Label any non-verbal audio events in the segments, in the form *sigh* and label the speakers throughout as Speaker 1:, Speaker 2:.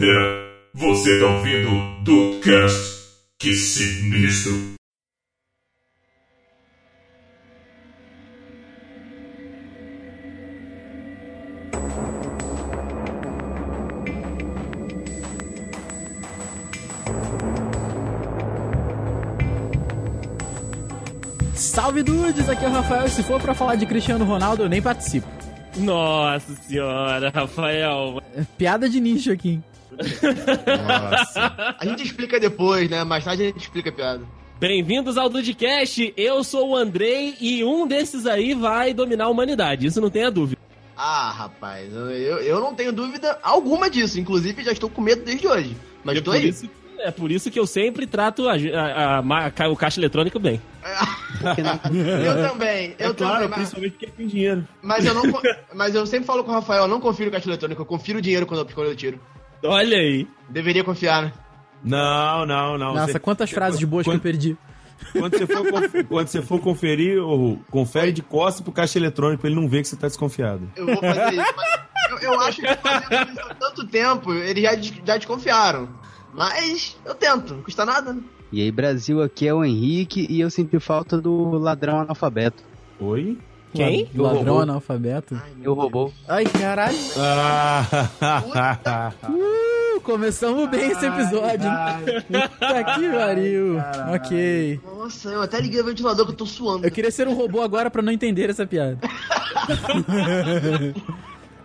Speaker 1: É, você tá ouvindo o Dudecast? Que sinistro!
Speaker 2: Salve dudes, aqui é o Rafael. Se for pra falar de Cristiano Ronaldo, eu nem participo. *laughs*
Speaker 3: Nossa senhora, Rafael.
Speaker 2: Piada de nicho aqui. hein?
Speaker 4: Nossa. *laughs* A gente explica depois, né? Mais tarde a gente explica a piada.
Speaker 3: Bem-vindos ao Dudcast. Eu sou o Andrei e um desses aí vai dominar a humanidade. Isso não tenha dúvida.
Speaker 4: Ah, rapaz, eu, eu eu não tenho dúvida alguma disso. Inclusive, já estou com medo desde hoje. Mas
Speaker 3: é,
Speaker 4: tô
Speaker 3: por
Speaker 4: aí.
Speaker 3: isso, é por isso que eu sempre trato a, a- a- a- o caixa eletrônico bem.
Speaker 4: Eu também, eu também. Mas,
Speaker 3: É principalmente porque tem dinheiro.
Speaker 4: mas eu não, co- mas eu sempre falo com o Rafael, eu não confio no caixa eletrônico, eu confio no dinheiro quando eu, quando eu tiro.
Speaker 3: Olha aí.
Speaker 4: Deveria confiar, né?
Speaker 5: Não, não, não.
Speaker 2: Nossa,
Speaker 5: Você-
Speaker 2: quantas frases de boas que eu
Speaker 5: quando-
Speaker 2: perdi.
Speaker 5: quando, você for, conf- *laughs* quando você for conferir, ô, confere de costas pro caixa eletrônico pra ele não ver que você tá desconfiado.
Speaker 4: Eu vou fazer isso. Mas eu, eu acho que fazendo isso há tanto tempo, eles já, des- já desconfiaram. Mas eu tento, não custa nada, né?
Speaker 6: E aí, Brasil, aqui é o Henrique e eu senti falta do ladrão analfabeto.
Speaker 5: Oi?
Speaker 3: Quem?
Speaker 2: Lad- Ladrão analfabeto.
Speaker 6: Eu roubou.
Speaker 2: Ai, caralho.
Speaker 5: Ah,
Speaker 2: Uh, começamos bem esse episódio. Puta que pariu. Ok.
Speaker 4: Nossa, eu até liguei o ventilador É que eu tô suando.
Speaker 2: Eu queria ser um robô agora pra não entender essa piada.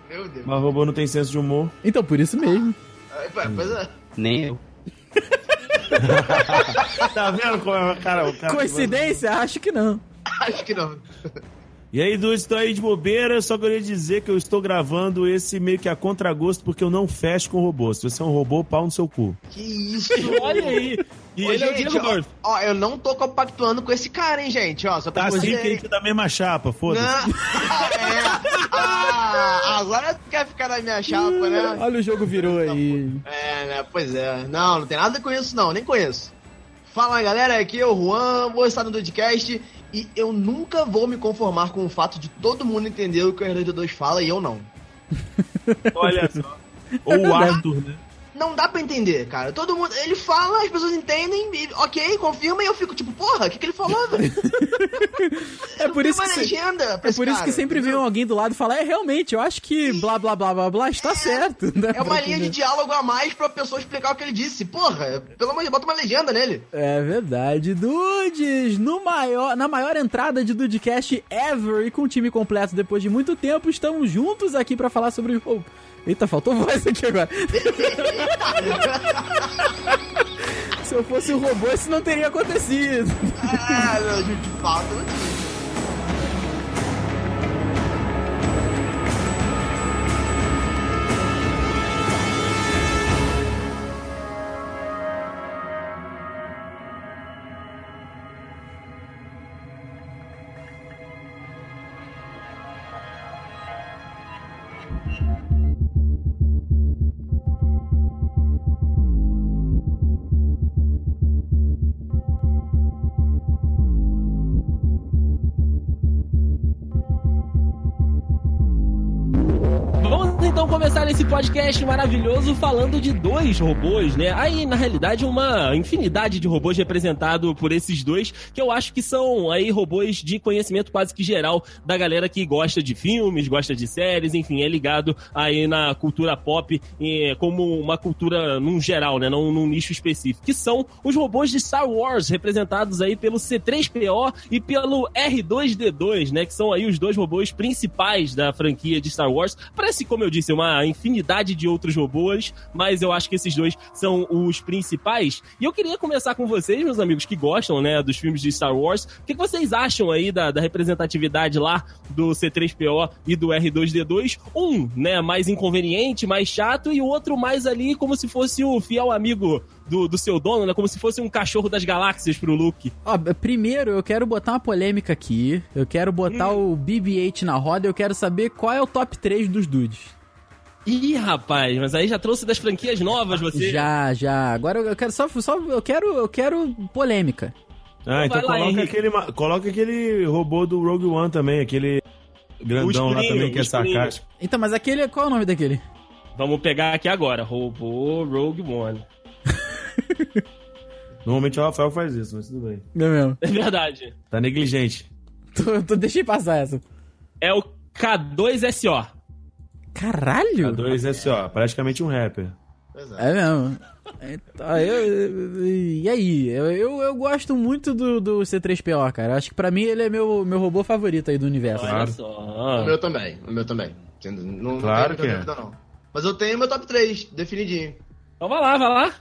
Speaker 4: Meu Deus.
Speaker 5: *laughs* mas robô não tem senso de humor.
Speaker 2: Então, por isso mesmo.
Speaker 4: É, Pois é. *laughs*
Speaker 6: Nem eu.
Speaker 5: Tá vendo como é, cara? o cara-
Speaker 2: Coincidência? Acho que não.
Speaker 4: Acho que não.
Speaker 5: E aí, Dudu, estou aí de bobeira. Eu só queria dizer que eu estou gravando esse meio que a contragosto porque eu não fecho com robô. Se você é um robô, pau no seu cu.
Speaker 4: Que *laughs* isso?
Speaker 3: Olha aí. E
Speaker 4: Ô,
Speaker 3: ele é o
Speaker 4: gente,
Speaker 3: Diego
Speaker 4: ó,
Speaker 3: Dorf.
Speaker 4: ó, eu não tô compactuando com esse cara, hein, gente? Ó, só pra
Speaker 5: Tá assim
Speaker 4: vocês-
Speaker 5: que a gente é da mesma chapa, foda-se.
Speaker 4: Não. É. Ah, agora tu quer ficar na minha chapa, né?
Speaker 2: Olha o jogo virou aí.
Speaker 4: É, né? Pois é. Não, não tem nada com isso, não. Nem conheço. Fala, galera. Aqui é o Juan. Vou estar no podcast. E eu nunca vou me conformar com o fato de todo mundo entender o que o Hernando 2 fala e eu não.
Speaker 5: Olha só. *laughs* Ou o Arthur, né?
Speaker 4: Não dá pra entender, cara. Todo mundo. Ele fala, as pessoas entendem, e, ok, confirma, e eu fico tipo, porra, o que, que ele falou, velho?
Speaker 2: É por isso
Speaker 4: Tem
Speaker 2: que
Speaker 4: uma
Speaker 2: você...
Speaker 4: legenda
Speaker 2: É
Speaker 4: pra esse
Speaker 2: por isso
Speaker 4: cara,
Speaker 2: que sempre vem
Speaker 4: entendeu?
Speaker 2: alguém do lado e fala, é realmente, eu acho que blá blá blá blá blá está certo. Dá
Speaker 4: É uma
Speaker 2: pra
Speaker 4: linha
Speaker 2: entender.
Speaker 4: de diálogo a mais pra pessoa explicar o que ele disse. Porra, pelo amor de Deus, bota uma
Speaker 2: *laughs*
Speaker 4: legenda nele.
Speaker 2: É verdade, Dudes! No maior, na maior entrada de Dudecast ever e com o time completo depois de muito tempo, estamos juntos aqui pra falar sobre o jogo. Eita, faltou voz aqui agora. *laughs* Se eu fosse um robô, isso não teria acontecido.
Speaker 4: Ah, meu Deus, de fato. eu te-
Speaker 3: Vamos então começar esse podcast maravilhoso falando de dois robôs, né? Aí, na realidade, uma infinidade de robôs representado por esses dois, que eu acho que são aí robôs de conhecimento quase que geral da galera que gosta de filmes, gosta de séries, enfim, é ligado aí na cultura pop eh, como uma cultura num geral, né? Num, num nicho específico, que são os robôs de Star Wars, representados aí pelo C3PO e pelo R2D2, né? Que são aí os dois robôs principais da franquia de Star Wars. Parece, como eu disse, uma infinidade de outros robôs, mas eu acho que esses dois são os principais. E eu queria começar com vocês, meus amigos que gostam, né, dos filmes de Star Wars. O que que vocês acham aí da, da representatividade lá do C3PO e do R2D2? Um, né, mais inconveniente, mais chato, e o outro mais ali como se fosse o fiel amigo do, do seu dono, né? Como se fosse um cachorro das galáxias pro Luke.
Speaker 2: Ó, primeiro, eu quero botar uma polêmica aqui. Eu quero botar o BB-8 na roda. Eu quero saber qual é o top 3 dos dudes.
Speaker 3: Ih, rapaz, mas aí já trouxe das franquias novas você.
Speaker 2: Já, já. Agora eu quero só, só eu quero, eu quero polêmica.
Speaker 5: Ah,
Speaker 3: Vai
Speaker 5: então
Speaker 3: lá,
Speaker 5: coloca
Speaker 3: Henrique.
Speaker 5: aquele, ma- coloca aquele robô do Rogue One também, aquele grandão lá
Speaker 3: escurinho,
Speaker 5: também
Speaker 3: o
Speaker 5: que é
Speaker 3: escurinho.
Speaker 5: sarcástico.
Speaker 2: Então, mas aquele, qual é o nome daquele?
Speaker 3: Vamos pegar aqui agora. Robô Rogue One. *laughs*
Speaker 5: Normalmente o Rafael faz isso, mas tudo bem.
Speaker 2: Não é *laughs* mesmo?
Speaker 3: É verdade.
Speaker 5: Tá negligente.
Speaker 2: Tô, tô, deixei passar essa.
Speaker 3: É o K2SO.
Speaker 5: A
Speaker 2: Caralho?
Speaker 5: 2 é só, praticamente um rapper.
Speaker 4: Pois é.
Speaker 2: É mesmo. Então, eu- e aí? Eu, eu, eu gosto muito do, do C3PO, cara. Acho que pra mim ele é meu, meu robô favorito aí do universo.
Speaker 5: Claro.
Speaker 3: Olha só.
Speaker 4: O meu também, o meu também. Entendo? Não,
Speaker 5: Claro
Speaker 4: não tenho
Speaker 5: que é.
Speaker 4: dúvida, não. Mas eu tenho meu top 3, definidinho.
Speaker 3: Então vai lá, vai lá.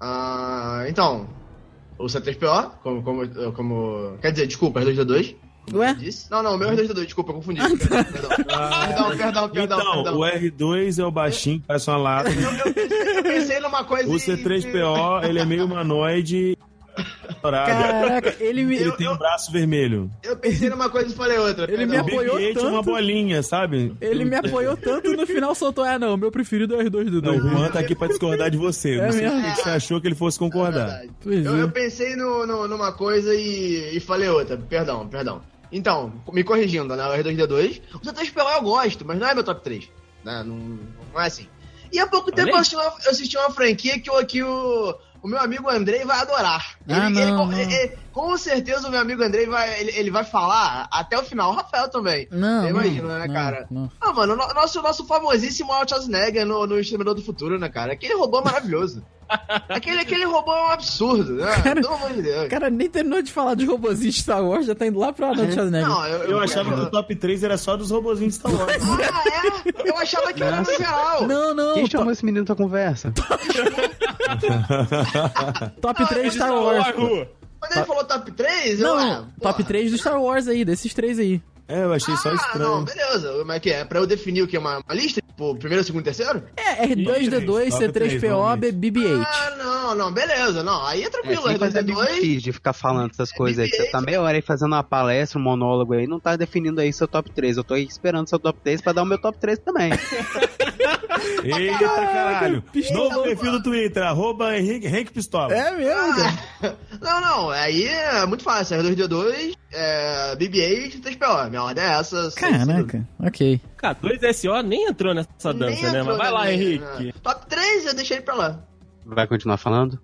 Speaker 4: Ah, então, o C3PO, como, como, como. Quer dizer, desculpa, R2D2. como
Speaker 2: Ué?
Speaker 4: eu disse. Não, não, o meu é R2D2, desculpa, eu confundi.
Speaker 2: Ah,
Speaker 4: Perdão,
Speaker 2: tá.
Speaker 4: perdão, perdão, perdão. perdão,
Speaker 5: Então,
Speaker 4: perdão.
Speaker 5: o R2 é o baixinho que parece uma lata.
Speaker 4: Eu pensei numa coisa.
Speaker 5: O
Speaker 4: e-
Speaker 5: C3PO, ele é meio humanoide. dourado.
Speaker 2: Caraca, ele me.
Speaker 5: Ele tem um braço vermelho.
Speaker 4: Eu pensei numa coisa e falei outra.
Speaker 2: Ele
Speaker 4: perdão.
Speaker 2: me
Speaker 5: Big
Speaker 2: apoiou
Speaker 5: Eight é uma
Speaker 2: tanto.
Speaker 5: bolinha, sabe?
Speaker 2: Ele me apoiou tanto e no final soltou. Ah, não, meu preferido é o
Speaker 5: Não, o
Speaker 2: R2D2.
Speaker 5: Juan tá aqui pra discordar de você.
Speaker 2: É
Speaker 5: Não sei
Speaker 2: mesmo?
Speaker 5: por que você achou que ele fosse concordar.
Speaker 4: Verdade.
Speaker 2: Pois
Speaker 4: Eu,
Speaker 2: é.
Speaker 4: eu pensei no- no- numa coisa e, e falei outra. Perdão, perdão. Então, me corrigindo, né? O R2D2. O C3PO eu gosto, mas não é meu top 3. Né? Não, não é assim. E há
Speaker 2: Tá
Speaker 4: pouco tempo eu assisti, uma, eu assisti uma franquia que, o- que o, o meu amigo Andrei vai adorar.
Speaker 2: Ah,
Speaker 4: ele, ele-
Speaker 2: não,
Speaker 4: ele-
Speaker 2: não.
Speaker 4: ele- com certeza o meu amigo Andrei vai, ele, ele vai falar até o final. O Rafael também.
Speaker 2: Não.
Speaker 4: Eu
Speaker 2: não,
Speaker 4: imagino, né,
Speaker 2: não,
Speaker 4: cara?
Speaker 2: não.
Speaker 4: Ah, mano, no- nosso, nosso famosíssimo Al Schwarzenegger no, no Exterminador do Futuro, né, cara? Aquele robô
Speaker 2: *laughs*
Speaker 4: é maravilhoso. aquele, aquele robô é um absurdo, né?
Speaker 2: Cara-
Speaker 4: Pelo amor de Deus.
Speaker 2: Cara, nem terminou de falar de robôzinho de Star Wars, já tá indo lá pro Arnold Schwarzenegger.
Speaker 4: É. Não, eu,
Speaker 5: Eu achava que o
Speaker 4: eu...
Speaker 5: top 3 era só dos robozinhos de Star Wars.
Speaker 4: Ah, é? Eu achava que era no geral.
Speaker 2: Não, não,
Speaker 6: Quem
Speaker 2: to-
Speaker 6: chamou esse menino pra conversa?
Speaker 4: Ah,
Speaker 2: top 3 Star
Speaker 3: Star
Speaker 2: Wars.
Speaker 3: Wars,
Speaker 2: pô.
Speaker 3: Ru.
Speaker 4: Quando ele falou top 3, eu...
Speaker 2: Não,
Speaker 4: ah,
Speaker 2: top
Speaker 4: porra.
Speaker 2: 3 do Star Wars aí, desses três aí.
Speaker 5: É, eu achei só
Speaker 4: Ah, não,
Speaker 5: estranho.
Speaker 4: beleza. Como é que é? Pra eu definir o que é uma, uma lista? Tipo, primeiro, segundo e terceiro?
Speaker 2: É, R2D2,
Speaker 5: Top três,
Speaker 2: C3PO,
Speaker 5: realmente.
Speaker 2: BB-8.
Speaker 4: Ah, não, não, beleza. Não, aí é
Speaker 6: É,
Speaker 4: tranquilo.
Speaker 6: sem fazer Big
Speaker 4: R2D2...
Speaker 6: X de ficar falando essas coisas aí. que Você
Speaker 4: Big
Speaker 6: tá meia hora aí fazendo uma palestra, um monólogo aí, não tá definindo aí seu top 3. Eu tô aí esperando seu top 3 pra dar o meu top 3 também.
Speaker 5: Eita, caralho.
Speaker 2: pistola.
Speaker 5: Novo perfil do Twitter, arroba Henrique, Henrique Pistola.
Speaker 2: É mesmo, cara.
Speaker 4: Não, não, aí é muito fácil. R2D2, é, BB-8 e 3PO. Minha ordem é essa. sem- sem dúvida.
Speaker 2: Caraca, ok.
Speaker 3: K2SO nem entrou nessa
Speaker 4: Nem
Speaker 3: dança, né? Mas
Speaker 4: entrou
Speaker 3: vai
Speaker 4: na
Speaker 3: lá,
Speaker 4: minha,
Speaker 3: Henrique.
Speaker 4: né? Top 3 eu deixei pra lá.
Speaker 6: Vai continuar falando?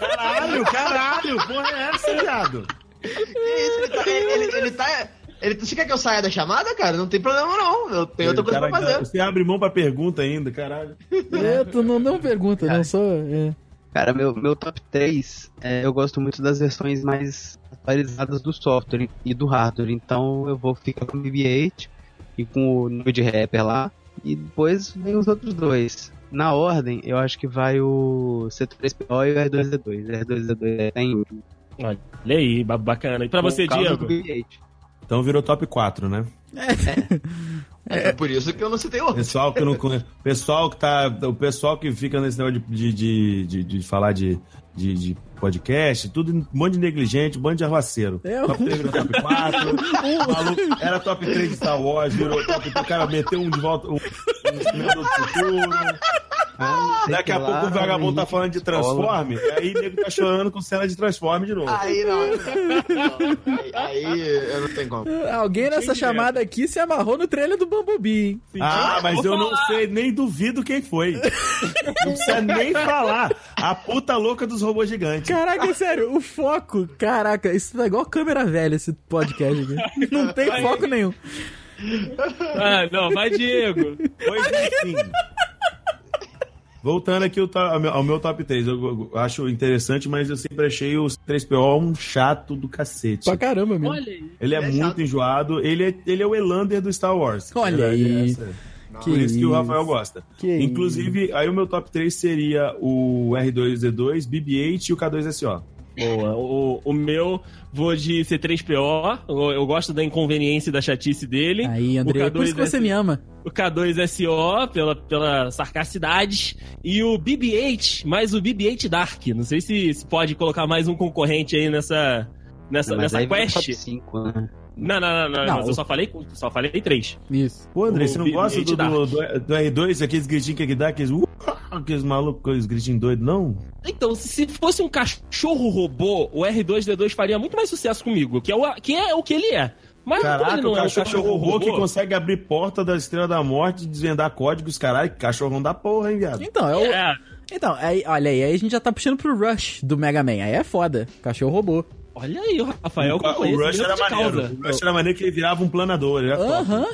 Speaker 5: Caralho, caralho. Porra, é essa, viado?
Speaker 4: Que isso, ele tá. Ele, ele, ele tá ele, você quer que eu saia da chamada, cara? Não tem problema, não. Eu tenho outra
Speaker 3: tá
Speaker 4: coisa pra
Speaker 5: Cara,
Speaker 4: fazer.
Speaker 5: Você abre mão pra pergunta ainda, caralho.
Speaker 2: É, tu não, não pergunta, não sou. é.
Speaker 6: Cara, meu, meu top 3, é, eu gosto muito das versões mais atualizadas do software e do hardware. Então eu vou ficar com o BB-8 e com o Nude Rapper lá. E depois vem os outros dois. Na ordem, eu acho que vai o C3PO e o R2D2. R2D2 é em último.
Speaker 3: Olha aí, ba- bacana. E pra você,
Speaker 6: Por causa do
Speaker 3: Diego?
Speaker 6: BB-8.
Speaker 5: Então virou top 4, né?
Speaker 4: É. por isso que eu não citei outro.
Speaker 5: Pessoal que não conhece. Pessoal que tá. O pessoal que fica nesse negócio de, de, de, de- de falar de, de, de podcast, tudo um monte de negligente, um monte de arvaceiro.
Speaker 2: É,
Speaker 5: Top 3 virou top 4. maluco, era top 3 de Star Wars, virou top 3. O cara meteu um de volta. Um, um Exterminador do futuro.
Speaker 6: Ah, não sei
Speaker 5: Daqui
Speaker 6: que
Speaker 5: a
Speaker 6: lá,
Speaker 5: pouco o vagabundo tá
Speaker 6: Henrique
Speaker 5: falando de
Speaker 6: Pistola.
Speaker 5: Transform, e aí o nego tá chorando com cena de Transform de novo.
Speaker 4: Aí não. não. Aí, aí eu não tenho como.
Speaker 2: um- Alguém nessa
Speaker 5: Entendi,
Speaker 2: chamada aqui se amarrou no trailer do Bumblebee, hein?
Speaker 5: Ah, mas eu não sei, nem duvido quem foi. Não precisa nem falar. A puta louca dos robôs gigantes. *laughs*
Speaker 2: Caraca, sério, o foco. Caraca, isso tá igual câmera velha esse podcast aqui. Não tem foco nenhum.
Speaker 3: Ah, não, vai, Diego.
Speaker 5: Pois é, sim. Voltando aqui ao, to- ao meu, ao meu top 3, eu, eu acho interessante, mas eu sempre achei o 3PO um chato do cacete.
Speaker 2: Pra caramba, meu.
Speaker 3: Olha aí.
Speaker 5: Ele é,
Speaker 4: É chato.
Speaker 5: muito enjoado, ele é, ele é o Elander do Star Wars.
Speaker 2: Olha
Speaker 5: Verdade é
Speaker 2: aí.
Speaker 5: essa. Por isso que o Rafael gosta.
Speaker 2: Que
Speaker 5: Inclusive, aí o meu top 3 seria o R2-D2, BB-8 e o K2-SO.
Speaker 3: Boa. O, o meu, vou de C3PO. Eu, eu gosto da inconveniência e da chatice dele.
Speaker 2: Aí, André,
Speaker 3: O
Speaker 2: é por isso que você
Speaker 3: K2SO
Speaker 2: me ama.
Speaker 3: o K2SO pela, pela sarcacidade e o BB-8, mais o BB-8 Dark. Não sei se, se pode colocar mais um concorrente aí nessa nessa,
Speaker 6: Não, mas
Speaker 3: nessa
Speaker 6: aí vem o
Speaker 3: quest.
Speaker 6: top 5, né?
Speaker 3: Não, não, não, não,
Speaker 2: Não,
Speaker 3: mas
Speaker 2: o-
Speaker 3: eu só falei só falei três.
Speaker 2: Isso.
Speaker 5: Pô, André,
Speaker 3: O
Speaker 5: você não
Speaker 3: BB-8
Speaker 5: gosta do,
Speaker 3: dá.
Speaker 5: do, do- do R2, aqueles gritinhos que dá, aqueles, uh, aqueles malucos, aqueles gritinhos doidos, não?
Speaker 3: Então, se- se fosse um cachorro robô, o R2D2 faria muito mais sucesso comigo, que é o, que é o que ele é. Mas como
Speaker 5: Caraca,
Speaker 3: ele não
Speaker 5: o
Speaker 3: é um
Speaker 5: cachorro, robô, que
Speaker 3: consegue.
Speaker 5: consegue abrir porta da Estrela da Morte, desvendar códigos, caralho, que cachorrão da porra, hein, viado?
Speaker 2: Então, é o-
Speaker 3: É,
Speaker 2: Então, aí, olha aí, aí a gente já tá puxando pro Rush do Mega Man. Aí é foda. Cachorro robô.
Speaker 3: olha aí, o Rafael
Speaker 5: é o,
Speaker 3: que conhece,
Speaker 5: o Rush
Speaker 3: mesmo
Speaker 5: era
Speaker 3: de
Speaker 5: maneiro.
Speaker 3: causa.
Speaker 5: O Rush era maneiro que ele virava um planador, ele era top.
Speaker 2: Aham.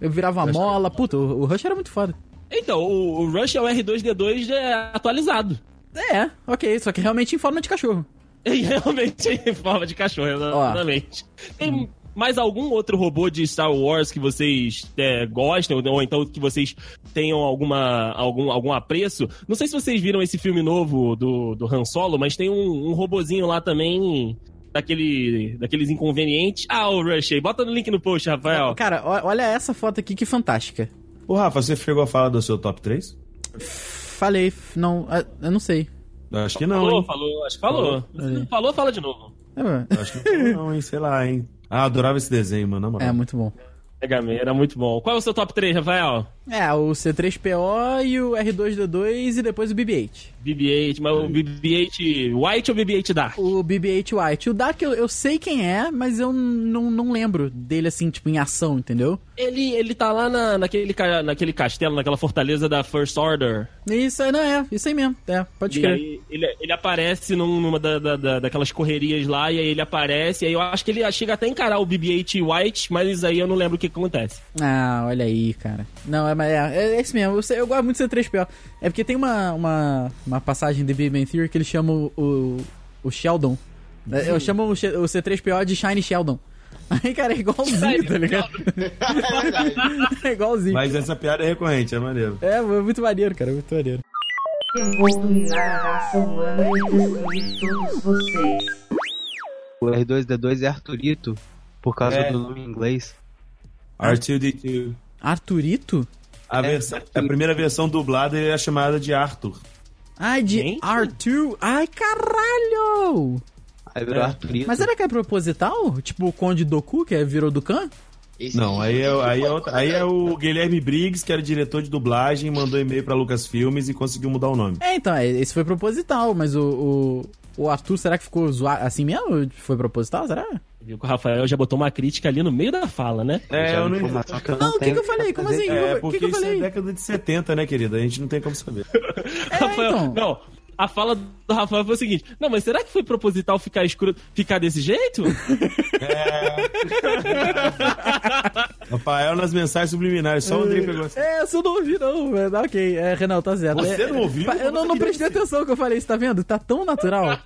Speaker 2: Eu virava a mola. Puta, o o Rush era muito foda.
Speaker 3: Então, o, o Rush é o R2D2 é, atualizado.
Speaker 2: É, ok. Só que realmente em forma de cachorro.
Speaker 3: *laughs* E realmente em forma de cachorro, exatamente. Tem mais algum outro robô de Star Wars que vocês é, gostam, ou então que vocês tenham alguma, algum, algum apreço? Não sei se vocês viram esse filme novo do, do Han Solo, mas tem um, um robozinho lá também. Daquele, daqueles inconvenientes. Ah, o Rush aí. Bota no link no post, Rafael.
Speaker 2: Cara, o- olha essa foto aqui que fantástica.
Speaker 5: Ô, Rafa, você chegou a falar do seu top 3?
Speaker 2: Falei, f- não, ah, eu não sei.
Speaker 5: Acho que não,
Speaker 3: Falou,
Speaker 5: hein?
Speaker 3: falou, acho que falou. Se não Falou, fala de novo.
Speaker 2: É,
Speaker 5: Acho que não, falou, não, hein? Sei lá, hein? Ah, adorava esse desenho, mano. na moral.
Speaker 2: É, muito bom.
Speaker 3: Mega Man, era muito bom. Qual é o seu top 3, Rafael?
Speaker 2: É, o C3PO e o R2D2 e depois o BB-8.
Speaker 3: BB-8, mas o BB-8 White ou BB-8 Dark?
Speaker 2: O BB-8 White. O Dark eu, eu sei quem é, mas eu não, não lembro dele assim, tipo, em ação, entendeu?
Speaker 3: Ele, ele tá lá na, naquele, ca- naquele castelo, naquela fortaleza da First Order.
Speaker 2: Isso aí, não é, isso aí mesmo. É, pode
Speaker 3: E
Speaker 2: crer.
Speaker 3: aí ele, ele aparece num- numa da- da- da- daquelas correrias lá, e aí ele aparece, e aí eu acho que ele chega até a encarar o BB-8 White, mas aí eu não lembro o que acontece.
Speaker 2: Ah, olha aí, cara. Não, é, mas é, é, é isso mesmo. Eu, sei- eu gosto muito do C3PO. É porque tem uma, uma, uma passagem de Big Bang Theory que eles chamam o, o, o Sheldon. É, Eu chamo o, She- o C3PO de Shiny Sheldon. *laughs* Aí, cara, é igualzinho, tá ligado? *laughs* é igualzinho.
Speaker 5: Mas essa piada é recorrente, é maneiro.
Speaker 2: É, é muito maneiro, cara, é muito maneiro.
Speaker 7: Eu vou virar a raça humana e destruir todos vocês.
Speaker 6: O R2D2 é Arturito, por causa
Speaker 5: É.
Speaker 6: do nome em inglês.
Speaker 5: R2D2.
Speaker 2: Arturito?
Speaker 5: A, versão- a primeira versão dublada ele é chamada de Arthur.
Speaker 2: Ai, de
Speaker 3: Gente.
Speaker 2: Arthur. Ai, caralho!
Speaker 6: Aí virou
Speaker 5: É.
Speaker 6: Arturito.
Speaker 2: Mas era que é proposital? Tipo o Conde Doku, que é, virou Dukan?
Speaker 4: Esse-
Speaker 5: Não, aí é, aí, é, outra- aí é o Guilherme Briggs, que era diretor de dublagem, mandou e-mail pra Lucas Filmes e conseguiu mudar o nome.
Speaker 2: É, então, é, esse foi proposital, mas o, o, o Arthur, será que ficou zoado assim mesmo? Foi proposital, será?
Speaker 3: Viu que o Rafael já botou uma crítica ali no meio da fala, né?
Speaker 5: É,
Speaker 6: Já
Speaker 5: eu
Speaker 6: uma
Speaker 5: não-
Speaker 6: informação que eu
Speaker 2: Não, o que
Speaker 6: tenho
Speaker 2: que eu falei? Como
Speaker 6: trazer.
Speaker 2: assim?
Speaker 5: É,
Speaker 2: O que
Speaker 5: porque
Speaker 2: que eu
Speaker 5: isso é
Speaker 2: falei?
Speaker 5: década de 70, né, querida? A gente não tem como saber.
Speaker 3: *laughs* Rafael,
Speaker 2: então.
Speaker 3: não. A fala do Rafael foi o seguinte: Não, mas será que foi proposital ficar escuro, ficar desse jeito? *laughs*
Speaker 5: Rafael nas mensagens subliminares, só o Andrei pegou assim. essa.
Speaker 2: É, se eu não ouvi, não. mas ok, é, Renan, tá certo.
Speaker 5: Você
Speaker 2: É,
Speaker 5: não ouviu?
Speaker 2: pa- Eu não, não prestei atenção que eu falei, você tá vendo? Tá tão
Speaker 5: *laughs*
Speaker 2: natural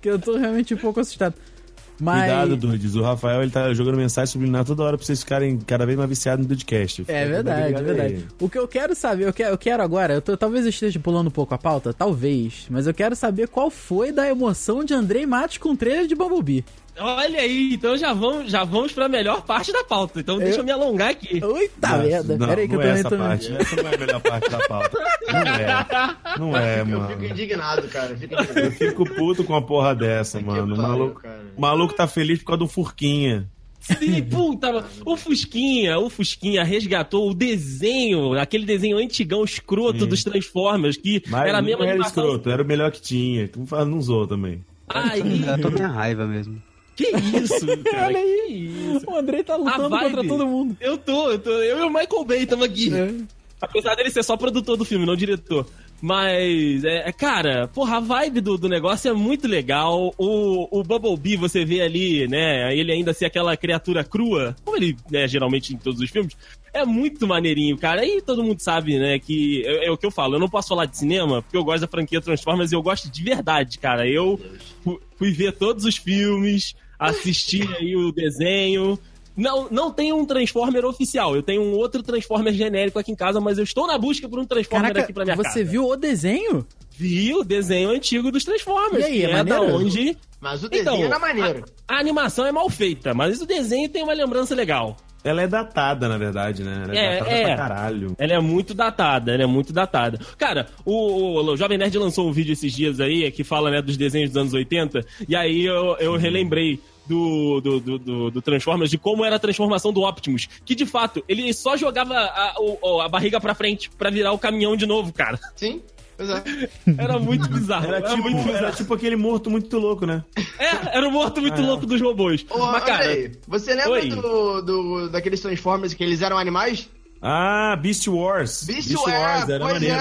Speaker 2: que eu tô realmente um pouco assustado. Mas.
Speaker 5: Cuidado, Dudes. O Rafael ele tá jogando mensagem subliminar toda hora pra vocês ficarem cada vez mais viciados no Dudcast.
Speaker 2: É
Speaker 5: Fica
Speaker 2: verdade, é
Speaker 5: ligado aí.
Speaker 2: verdade. O que eu quero saber, eu quero, eu quero agora, eu tô- talvez eu esteja pulando um pouco a pauta, talvez, mas eu quero saber qual foi da emoção de Andrei Matos com o trailer de Bumblebee.
Speaker 3: Olha aí, então já vamos, já vamos pra melhor parte da pauta. Então deixa eu me alongar aqui.
Speaker 2: Eita
Speaker 5: Nossa,
Speaker 2: Ah, merda,
Speaker 5: não,
Speaker 2: pera aí que
Speaker 5: não
Speaker 2: eu
Speaker 5: é
Speaker 2: também
Speaker 5: essa
Speaker 2: tô...
Speaker 5: parte. Essa não é a melhor parte da pauta. Não é. Não é,
Speaker 4: Eu
Speaker 5: mano.
Speaker 4: fico indignado, cara. Eu Fico
Speaker 5: Eu
Speaker 4: indignado.
Speaker 5: fico puto com uma porra dessa, mano. O maluco,
Speaker 4: cara.
Speaker 5: o maluco tá feliz por causa do Furquinha.
Speaker 3: Sim, puta, mano. o Fusquinha, o Fusquinha resgatou o desenho, aquele desenho antigão escroto dos Transformers, que
Speaker 5: Mas
Speaker 3: era a mesma
Speaker 5: não era
Speaker 3: animação.
Speaker 5: escroto, era o melhor que tinha. Tu não usou também.
Speaker 3: Ai,
Speaker 6: Eu tô minha raiva mesmo.
Speaker 3: que
Speaker 5: *laughs*
Speaker 3: isso, cara,
Speaker 2: Olha
Speaker 3: que isso.
Speaker 2: O Andrei tá
Speaker 3: A
Speaker 2: lutando
Speaker 3: vibe.
Speaker 2: contra todo mundo.
Speaker 3: Eu tô, eu tô, eu e o Michael Bay estamos aqui.
Speaker 2: É.
Speaker 3: Apesar dele ser só produtor do filme, não diretor. Mas, é, é, cara, porra, a vibe do, do negócio é muito legal. O, o Bumblebee, você vê ali, né? Ele ainda ser aquela criatura crua, como ele é geralmente em todos os filmes. É muito maneirinho, cara. E todo mundo sabe, né, que é, é o que eu falo. Eu não posso falar de cinema, porque eu gosto da franquia Transformers e eu gosto de verdade, cara. Eu fu- fui ver todos os filmes, assisti aí o desenho, não, não tem um Transformer oficial. Eu tenho um outro Transformer genérico aqui em casa, mas eu estou na busca por um Transformer
Speaker 2: Caraca,
Speaker 3: aqui pra minha
Speaker 2: você
Speaker 3: casa.
Speaker 2: viu o desenho?
Speaker 3: Viu o desenho antigo dos Transformers.
Speaker 2: E aí,
Speaker 3: que
Speaker 2: é
Speaker 3: da
Speaker 2: maneiro?
Speaker 3: onde
Speaker 4: Mas o desenho
Speaker 3: Então,
Speaker 4: era maneiro.
Speaker 3: a animação é mal feita, mas o desenho tem uma lembrança legal.
Speaker 5: Ela é datada, na verdade, né? Ela é,
Speaker 3: É,
Speaker 5: datada
Speaker 3: é.
Speaker 5: pra caralho.
Speaker 3: Ela é muito datada, ela é muito datada. Cara, o, o Jovem Nerd lançou um vídeo esses dias aí que fala né, dos desenhos dos anos 80, e aí eu, eu relembrei. Do, do, do, do- do Transformers, de como era a transformação do Optimus. Que de
Speaker 4: *laughs*
Speaker 3: fato, ele só jogava a, o- o- a barriga pra frente pra virar o caminhão de novo, cara.
Speaker 4: Sim. Pois é.
Speaker 3: Era muito bizarro.
Speaker 5: Era
Speaker 3: Era,
Speaker 5: tipo,
Speaker 3: Ah, é muito
Speaker 5: era
Speaker 3: bizarro.
Speaker 5: tipo aquele morto muito louco, né?
Speaker 3: É, era o morto muito louco dos robôs.
Speaker 4: Ô,
Speaker 3: Mas, cara,
Speaker 4: Andrei, você lembra
Speaker 3: Oi.
Speaker 4: do, do- daqueles Transformers que eles eram animais?
Speaker 5: Ah, Beast Wars.
Speaker 4: Beast Wars,
Speaker 5: era
Speaker 4: pois
Speaker 5: maneiro.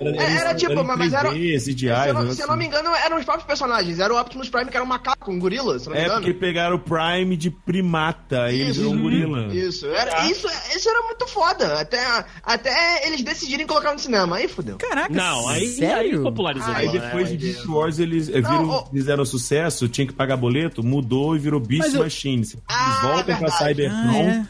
Speaker 4: é. É, era tipo,
Speaker 5: em
Speaker 4: mas era-
Speaker 5: 3D, CGI,
Speaker 4: se eu não,
Speaker 5: negócio
Speaker 4: se eu não me
Speaker 5: assim.
Speaker 4: engano, eram os próprios personagens. Era o Optimus Prime, que era um macaco, um gorila, se eu não me
Speaker 5: É
Speaker 4: engano.
Speaker 5: porque pegaram o Prime de primata e ele
Speaker 4: Isso. Uhum.
Speaker 5: virou um gorila.
Speaker 4: Isso, era, isso, isso era muito foda. Até, até eles decidirem colocar no cinema. Aí fudeu.
Speaker 2: Caraca,
Speaker 3: Não, aí, aí
Speaker 2: sério?
Speaker 3: popularizou.
Speaker 4: Aí
Speaker 5: Aí
Speaker 3: Aí
Speaker 5: depois de
Speaker 4: Não,
Speaker 5: Beast Wars eles eh,
Speaker 4: Não,
Speaker 5: viram,
Speaker 4: ô-
Speaker 5: fizeram sucesso, tinha que pagar boleto, mudou e virou Beast
Speaker 2: Mas eu-
Speaker 5: Machine. Eles
Speaker 4: Ah,
Speaker 5: voltam pra
Speaker 4: verdade.
Speaker 2: Ah,
Speaker 5: Cybertron
Speaker 3: Assim,
Speaker 2: é.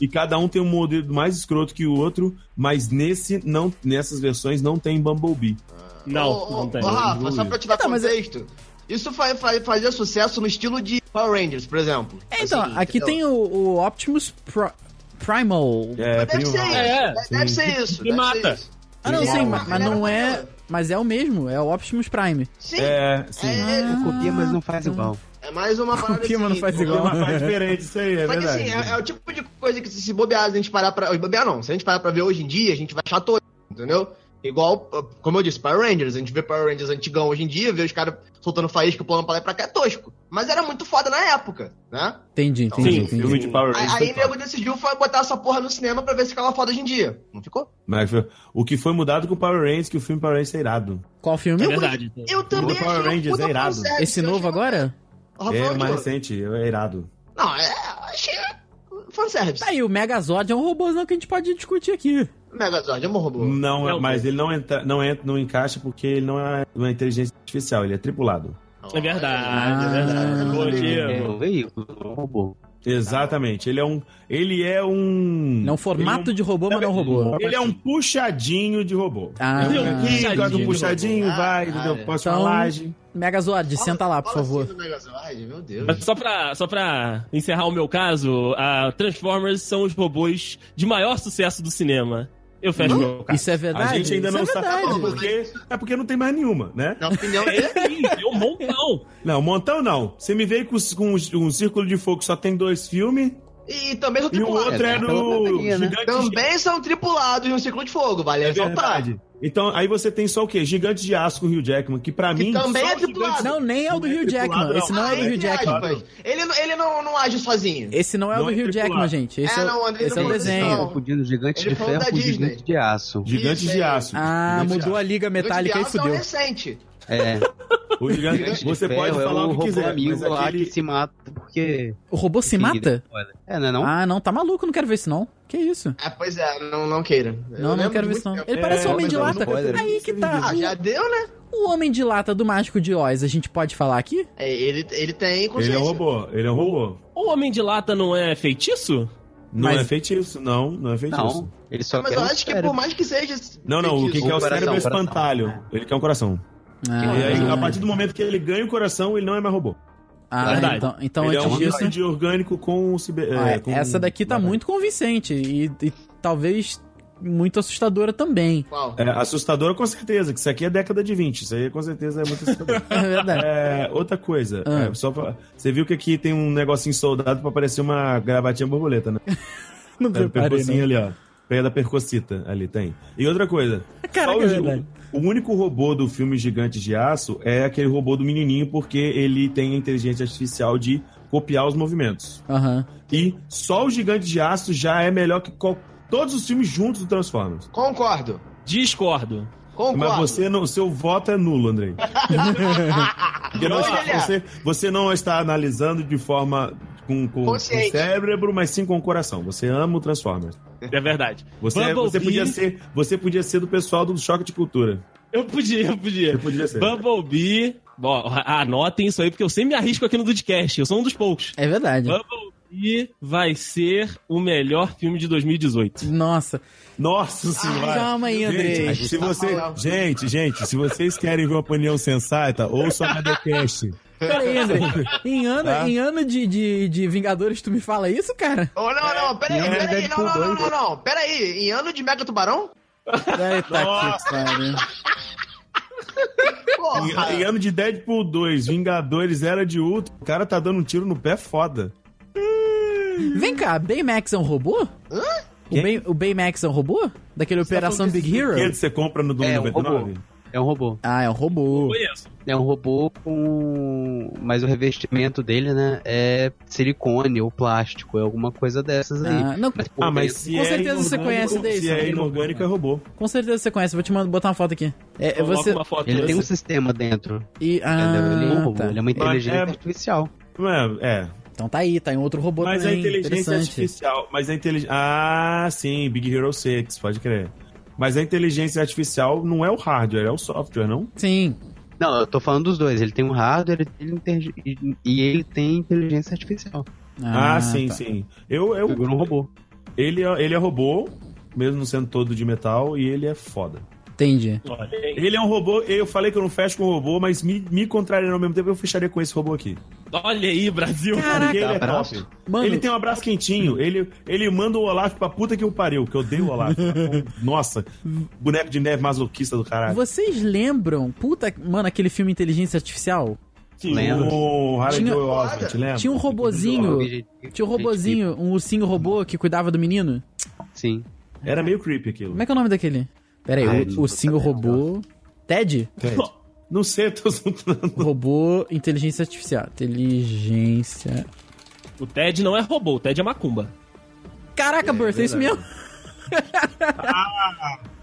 Speaker 5: e cada um tem um modelo mais escroto que o outro, mas nesse não, nessas versões não tem Bumblebee.
Speaker 3: Não,
Speaker 4: Ô, ô,
Speaker 3: não tem.
Speaker 4: ô, Rafa, só pra te dar
Speaker 2: Não, mas é-
Speaker 4: contexto. Isso fa fa- fazia sucesso no estilo de Power Rangers, por exemplo.
Speaker 2: É, Então,
Speaker 4: Assim,
Speaker 2: aqui
Speaker 4: entendeu?
Speaker 2: tem o, o Optimus Pro- Primal.
Speaker 5: É,
Speaker 4: Deve ser
Speaker 5: tem um-
Speaker 4: isso.
Speaker 3: É,
Speaker 4: de- deve ser isso.
Speaker 3: Me
Speaker 4: deve ser
Speaker 3: mata.
Speaker 4: isso.
Speaker 2: Ah, não,
Speaker 4: Ele
Speaker 2: sim,
Speaker 4: era
Speaker 2: ma-
Speaker 4: uma-
Speaker 2: mas
Speaker 4: ele era
Speaker 2: não
Speaker 4: uma
Speaker 2: é.
Speaker 4: gorila.
Speaker 2: Mas é o mesmo, é o Optimus Prime.
Speaker 4: Sim. É,
Speaker 5: É, sim.
Speaker 4: é,
Speaker 6: Copia, mas não faz igual.
Speaker 4: é
Speaker 2: *laughs*
Speaker 4: mais uma parada
Speaker 2: Copia, mas não
Speaker 4: assim,
Speaker 2: faz
Speaker 5: Tem
Speaker 2: igual.
Speaker 5: uma parte Então, diferente, isso aí, é
Speaker 4: Só que
Speaker 5: verdade.
Speaker 4: assim, é, é o tipo de coisa que se se bobear, se a gente parar pra. Bobear não, se a gente parar pra ver hoje em dia, a gente vai achar todo, entendeu? Igual, uh, como eu disse, Power Rangers. A gente vê Power Rangers antigão hoje em dia, vê os caras soltando faísca, pulando pra lá e pra cá, é tosco. Mas era muito foda na época, né?
Speaker 2: Entendi,
Speaker 4: Não,
Speaker 2: entendi.
Speaker 3: sim,
Speaker 2: entendi.
Speaker 5: filme de Power
Speaker 4: Aí,
Speaker 5: Rangers.
Speaker 4: aí
Speaker 5: foi
Speaker 4: o
Speaker 5: foda.
Speaker 4: nego decidiu foi botar essa porra no cinema pra ver se ficava foda hoje em dia. Não ficou?
Speaker 5: Mas foi- o que foi mudado com o Power Rangers, que o filme Power Rangers é irado.
Speaker 2: Qual filme?
Speaker 3: É verdade.
Speaker 4: Eu também
Speaker 5: Power
Speaker 4: achei um
Speaker 5: Rangers
Speaker 4: puta
Speaker 5: é irado.
Speaker 4: conceito,
Speaker 2: Esse
Speaker 4: eu
Speaker 2: novo
Speaker 4: achei-
Speaker 2: agora?
Speaker 5: É
Speaker 4: Rafael,
Speaker 5: o
Speaker 4: tipo,
Speaker 5: mais recente, é irado.
Speaker 4: Não, é. Achei. Fanservice.
Speaker 2: Tá aí, o Megazord é um robôzão que a gente pode discutir aqui.
Speaker 4: Megazord, é um robô.
Speaker 2: Hum.
Speaker 5: Não,
Speaker 3: Não,
Speaker 5: mas ele não entra, não entra, não encaixa porque ele não é uma inteligência artificial, ele é tripulado.
Speaker 3: É verdade,
Speaker 2: Ah,
Speaker 3: é verdade. Bom
Speaker 6: É
Speaker 3: dia.
Speaker 6: um veículo, não é um robô.
Speaker 5: Exatamente. Ele é um, ele é um,
Speaker 2: Não,
Speaker 3: é
Speaker 2: formato de robô, mas não robô.
Speaker 5: ele é um puxadinho de robô.
Speaker 2: Ah,
Speaker 5: Ele é um aqui,
Speaker 3: puxadinho
Speaker 5: joga
Speaker 3: de
Speaker 5: um puxadinho,
Speaker 4: robô.
Speaker 5: vai,
Speaker 4: Ah,
Speaker 5: entendeu?
Speaker 4: é.
Speaker 5: Posso uma
Speaker 2: Então-
Speaker 5: laje.
Speaker 2: Megazord,
Speaker 4: Fala-
Speaker 2: senta lá, por
Speaker 4: fala assim
Speaker 2: favor.
Speaker 4: do Megazord, meu Deus.
Speaker 3: Mas só pra, só pra encerrar o meu caso, a Transformers são os robôs de maior sucesso do cinema. Eu fecho meu caso.
Speaker 2: Isso é verdade?
Speaker 5: A gente ainda
Speaker 2: Isso
Speaker 5: não
Speaker 2: é
Speaker 5: sabe
Speaker 2: verdade.
Speaker 5: é porque é porque não tem mais nenhuma, né?
Speaker 3: *laughs*
Speaker 4: Na
Speaker 5: *laughs*
Speaker 4: opinião dele.
Speaker 3: Sim, deu um montão.
Speaker 5: Não, montão não. Você me veio com, com um círculo de fogo, que só tem dois filmes
Speaker 4: E também são
Speaker 5: e o
Speaker 4: tripulados.
Speaker 5: outro é
Speaker 6: pela
Speaker 5: do
Speaker 6: companhia, né?
Speaker 5: Gigante
Speaker 4: Também são tripulados no Círculo de Fogo, vale
Speaker 5: É
Speaker 4: ressaltar.
Speaker 5: verdade. Então, aí você tem só o quê? Gigante de Aço com o Hugh Jackman, que pra
Speaker 4: Que
Speaker 5: mim...
Speaker 4: também
Speaker 5: só
Speaker 4: é
Speaker 5: o Gigante-
Speaker 4: tripulado.
Speaker 2: Não, nem é o do Hugh Jackman. Esse não é o do
Speaker 4: entre
Speaker 2: Hugh Jackman.
Speaker 4: aspas. Ele, não- ele não, não age sozinho.
Speaker 2: Esse não é o
Speaker 5: Não
Speaker 2: do
Speaker 5: é
Speaker 2: Hugh Jackman,
Speaker 5: tripulado.
Speaker 2: gente. Esse
Speaker 4: É,
Speaker 2: é,
Speaker 4: não,
Speaker 2: o,
Speaker 4: Andrei,
Speaker 2: esse é o
Speaker 4: não é
Speaker 2: desenho.
Speaker 4: não.
Speaker 6: Confundindo o gigante
Speaker 4: Ele
Speaker 6: de
Speaker 4: falou
Speaker 6: ferro
Speaker 4: da
Speaker 6: com o
Speaker 4: Disney.
Speaker 6: gigante de aço.
Speaker 5: Gigante
Speaker 4: Isso,
Speaker 5: de
Speaker 4: é.
Speaker 5: aço.
Speaker 2: Ah,
Speaker 5: Gigante de
Speaker 2: mudou a liga metálica e
Speaker 4: Gigante de Aço é um
Speaker 2: fudeu.
Speaker 4: recente.
Speaker 6: É,
Speaker 5: O
Speaker 6: gigante
Speaker 5: gigante,
Speaker 6: de
Speaker 5: você
Speaker 6: ferro
Speaker 5: pode
Speaker 6: é
Speaker 5: falar
Speaker 6: o
Speaker 5: o que
Speaker 6: robô
Speaker 5: quiser,
Speaker 6: amigo
Speaker 5: mas
Speaker 6: lá que
Speaker 5: aquele...
Speaker 6: se mata porque...
Speaker 2: O robô se mata?
Speaker 6: É, não é não?
Speaker 2: Ah, não, tá maluco, não quero ver isso não. Que isso?
Speaker 4: Ah, pois é, não, não queira. Eu
Speaker 2: Não, não
Speaker 4: lembro
Speaker 2: quero ver
Speaker 4: muito
Speaker 2: isso não.
Speaker 4: tempo.
Speaker 2: Ele parece um homem
Speaker 6: mas
Speaker 2: de
Speaker 6: é um
Speaker 2: lata.
Speaker 6: spoiler.
Speaker 2: Aí que tá.
Speaker 4: Ah, já deu, né?
Speaker 2: O homem de lata do Mágico de Oz, a gente pode falar aqui?
Speaker 4: É, Ele, ele tem
Speaker 5: Ele
Speaker 4: consciência.
Speaker 5: é um robô, ele é um robô.
Speaker 3: O Homem de Lata não é feitiço?
Speaker 5: Não
Speaker 2: Mas-
Speaker 5: é feitiço, não, não é feitiço.
Speaker 6: Não, ele só
Speaker 4: Mas
Speaker 6: quer
Speaker 4: eu
Speaker 6: um
Speaker 4: acho que
Speaker 6: cérebro.
Speaker 4: por mais que seja...
Speaker 5: Não, não, o que,
Speaker 4: feitiço,
Speaker 5: que é o
Speaker 6: Um coração,
Speaker 5: cérebro é o
Speaker 6: coração.
Speaker 5: espantalho. Ele quer um coração.
Speaker 2: Ah,
Speaker 5: E aí, a partir do momento que ele ganha o coração, ele não é mais robô.
Speaker 2: ah,
Speaker 3: Verdade.
Speaker 2: então, então
Speaker 5: ele é
Speaker 2: antes
Speaker 5: um
Speaker 2: disso...
Speaker 5: de orgânico com... ciber-
Speaker 2: Ah,
Speaker 5: é, com-
Speaker 2: Essa daqui tá muito convincente e, e talvez muito assustadora também.
Speaker 4: Qual?
Speaker 5: É, assustadora com certeza, que isso aqui é década de 20. Isso aí com certeza é muito assustador.
Speaker 2: É verdade.
Speaker 5: É, outra coisa,
Speaker 2: Ah.
Speaker 5: é, só pra- você viu que aqui tem um negocinho soldado pra parecer uma gravatinha borboleta, né?
Speaker 2: Não
Speaker 5: Tem um
Speaker 2: preparei,
Speaker 5: percocinho
Speaker 2: não.
Speaker 5: ali, ó. Pega da percocita ali, tem. E outra coisa,
Speaker 2: Caraca,
Speaker 5: só
Speaker 2: é
Speaker 5: o-
Speaker 2: verdade.
Speaker 5: o único robô do filme Gigantes de Aço é aquele robô do menininho, porque ele tem a inteligência artificial de copiar os movimentos.
Speaker 2: Aham.
Speaker 5: E só o Gigante de Aço já é melhor que qual- todos os filmes juntos do Transformers.
Speaker 4: Concordo.
Speaker 3: Discordo.
Speaker 4: Concordo. Ah,
Speaker 5: Mas você é. não, seu voto é nulo, Andrei. Porque não
Speaker 4: Olha,
Speaker 5: está- você, você não está analisando de forma com, com, com o
Speaker 4: Consciente.
Speaker 5: cérebro, mas sim com o coração. Você ama o Transformers.
Speaker 3: É verdade.
Speaker 5: Você, você,
Speaker 3: Bumblebee-
Speaker 5: podia ser, você podia ser do pessoal do Choque de Cultura.
Speaker 3: Eu podia, eu podia.
Speaker 5: Você podia ser.
Speaker 3: Bumblebee. Bom, a- anotem isso aí, porque eu sempre me arrisco aqui no Dudcast. Eu sou um dos poucos.
Speaker 2: É verdade.
Speaker 3: Bumblebee vai ser o melhor filme de 2018.
Speaker 2: Nossa.
Speaker 5: Nossa senhora!
Speaker 2: calma aí, Andrei. Tá
Speaker 5: Gente, se você, gente, gente, se vocês querem ver uma opinião sensata, ouça a HDcast.
Speaker 2: Pera aí, André.
Speaker 3: *laughs*
Speaker 2: Em ano,
Speaker 5: tá.
Speaker 2: em ano de, de, de Vingadores, tu me fala isso, cara?
Speaker 4: Ô, não, não, peraí,
Speaker 6: É,
Speaker 4: peraí, não,
Speaker 6: Deadpool
Speaker 4: não, não, não,
Speaker 6: dois,
Speaker 4: não, peraí, em ano de Mega
Speaker 5: *laughs*
Speaker 4: Tubarão?
Speaker 2: Ai, tá que pariu.
Speaker 4: Porra,
Speaker 5: Em, em ano de Deadpool 2, Vingadores Era de Ultron, o cara tá dando um tiro no pé foda.
Speaker 2: Vem cá, Baymax é um robô? O, Bay, o Baymax é um robô? Daquele Operação Big Hero?
Speaker 5: tá Brinquedo você compra no Domingo
Speaker 6: É, um robô.
Speaker 5: 99?
Speaker 6: É um robô.
Speaker 2: Ah, é um robô.
Speaker 3: Conheço.
Speaker 6: É um robô com. Mas o revestimento dele, né? É silicone ou plástico, é alguma coisa dessas aí.
Speaker 2: Ah, não,
Speaker 6: pô,
Speaker 5: Ah, mas se
Speaker 2: Com
Speaker 5: é
Speaker 2: certeza você
Speaker 5: inorgânico-
Speaker 2: conhece desse,
Speaker 5: Se
Speaker 2: não
Speaker 5: é
Speaker 2: tem
Speaker 5: inorgânico, é robô.
Speaker 2: com certeza você conhece. Vou te mandar botar uma foto aqui. É,
Speaker 5: Então,
Speaker 3: Coloca
Speaker 2: você.
Speaker 3: uma foto
Speaker 6: Ele tem um
Speaker 3: dessa.
Speaker 6: sistema dentro.
Speaker 2: E,
Speaker 6: entendeu? Ele é um
Speaker 2: ah,
Speaker 6: robô,
Speaker 2: tá.
Speaker 6: ele é uma inteligência
Speaker 5: é-
Speaker 6: artificial.
Speaker 5: É, é.
Speaker 2: Então tá aí, tá em outro robô
Speaker 5: mas a
Speaker 2: também.
Speaker 5: inteligência é
Speaker 2: interessante.
Speaker 5: artificial. Mas a inteligência. Ah, sim, Big Hero 6, pode crer. Mas a inteligência artificial não é o hardware, é o software, não?
Speaker 2: Sim.
Speaker 6: Não, eu tô falando dos dois. Ele tem um hardware ele tem inter- e- e ele tem inteligência artificial.
Speaker 5: Ah, sim,
Speaker 2: tá.
Speaker 5: sim. Eu, eu,
Speaker 6: Segura um robô.
Speaker 5: ele, é- ele é robô, mesmo não sendo todo de metal, e ele é foda.
Speaker 2: Entendi.
Speaker 3: Olha, hein?
Speaker 5: Ele é um robô, eu falei que eu não fecho com robô, mas me, me contrariando ao mesmo tempo, eu fecharia com esse robô aqui.
Speaker 3: Olha aí, Brasil.
Speaker 5: Porque ele é
Speaker 6: abraço.
Speaker 5: top.
Speaker 2: Mano,
Speaker 5: Ele tem um abraço quentinho, ele, ele manda o Olaf pra puta que o pariu, que eu odeio o
Speaker 2: *laughs*
Speaker 5: Olaf. Nossa, boneco de neve masoquista do caralho.
Speaker 2: vocês lembram? Puta, mano, aquele filme Inteligência Artificial?
Speaker 6: Lembra?
Speaker 5: O Harry
Speaker 2: Tinha-
Speaker 5: Joel Osment, lembra?
Speaker 2: Tinha um robozinho. Tinha um robozinho, um ursinho robô que cuidava do menino.
Speaker 6: Sim.
Speaker 5: Era meio creepy aquilo.
Speaker 2: Como é que é o nome daquele? Pera aí,
Speaker 6: Ah, eu
Speaker 2: o-
Speaker 6: não tô
Speaker 2: ursinho
Speaker 6: sabendo,
Speaker 2: robô. Ted?
Speaker 5: *laughs* Não sei, eu tô soltando.
Speaker 2: Robô Inteligência Artificial. Inteligência.
Speaker 3: O Ted não é robô, o Ted é macumba.
Speaker 2: Caraca, Bertha, é isso mesmo?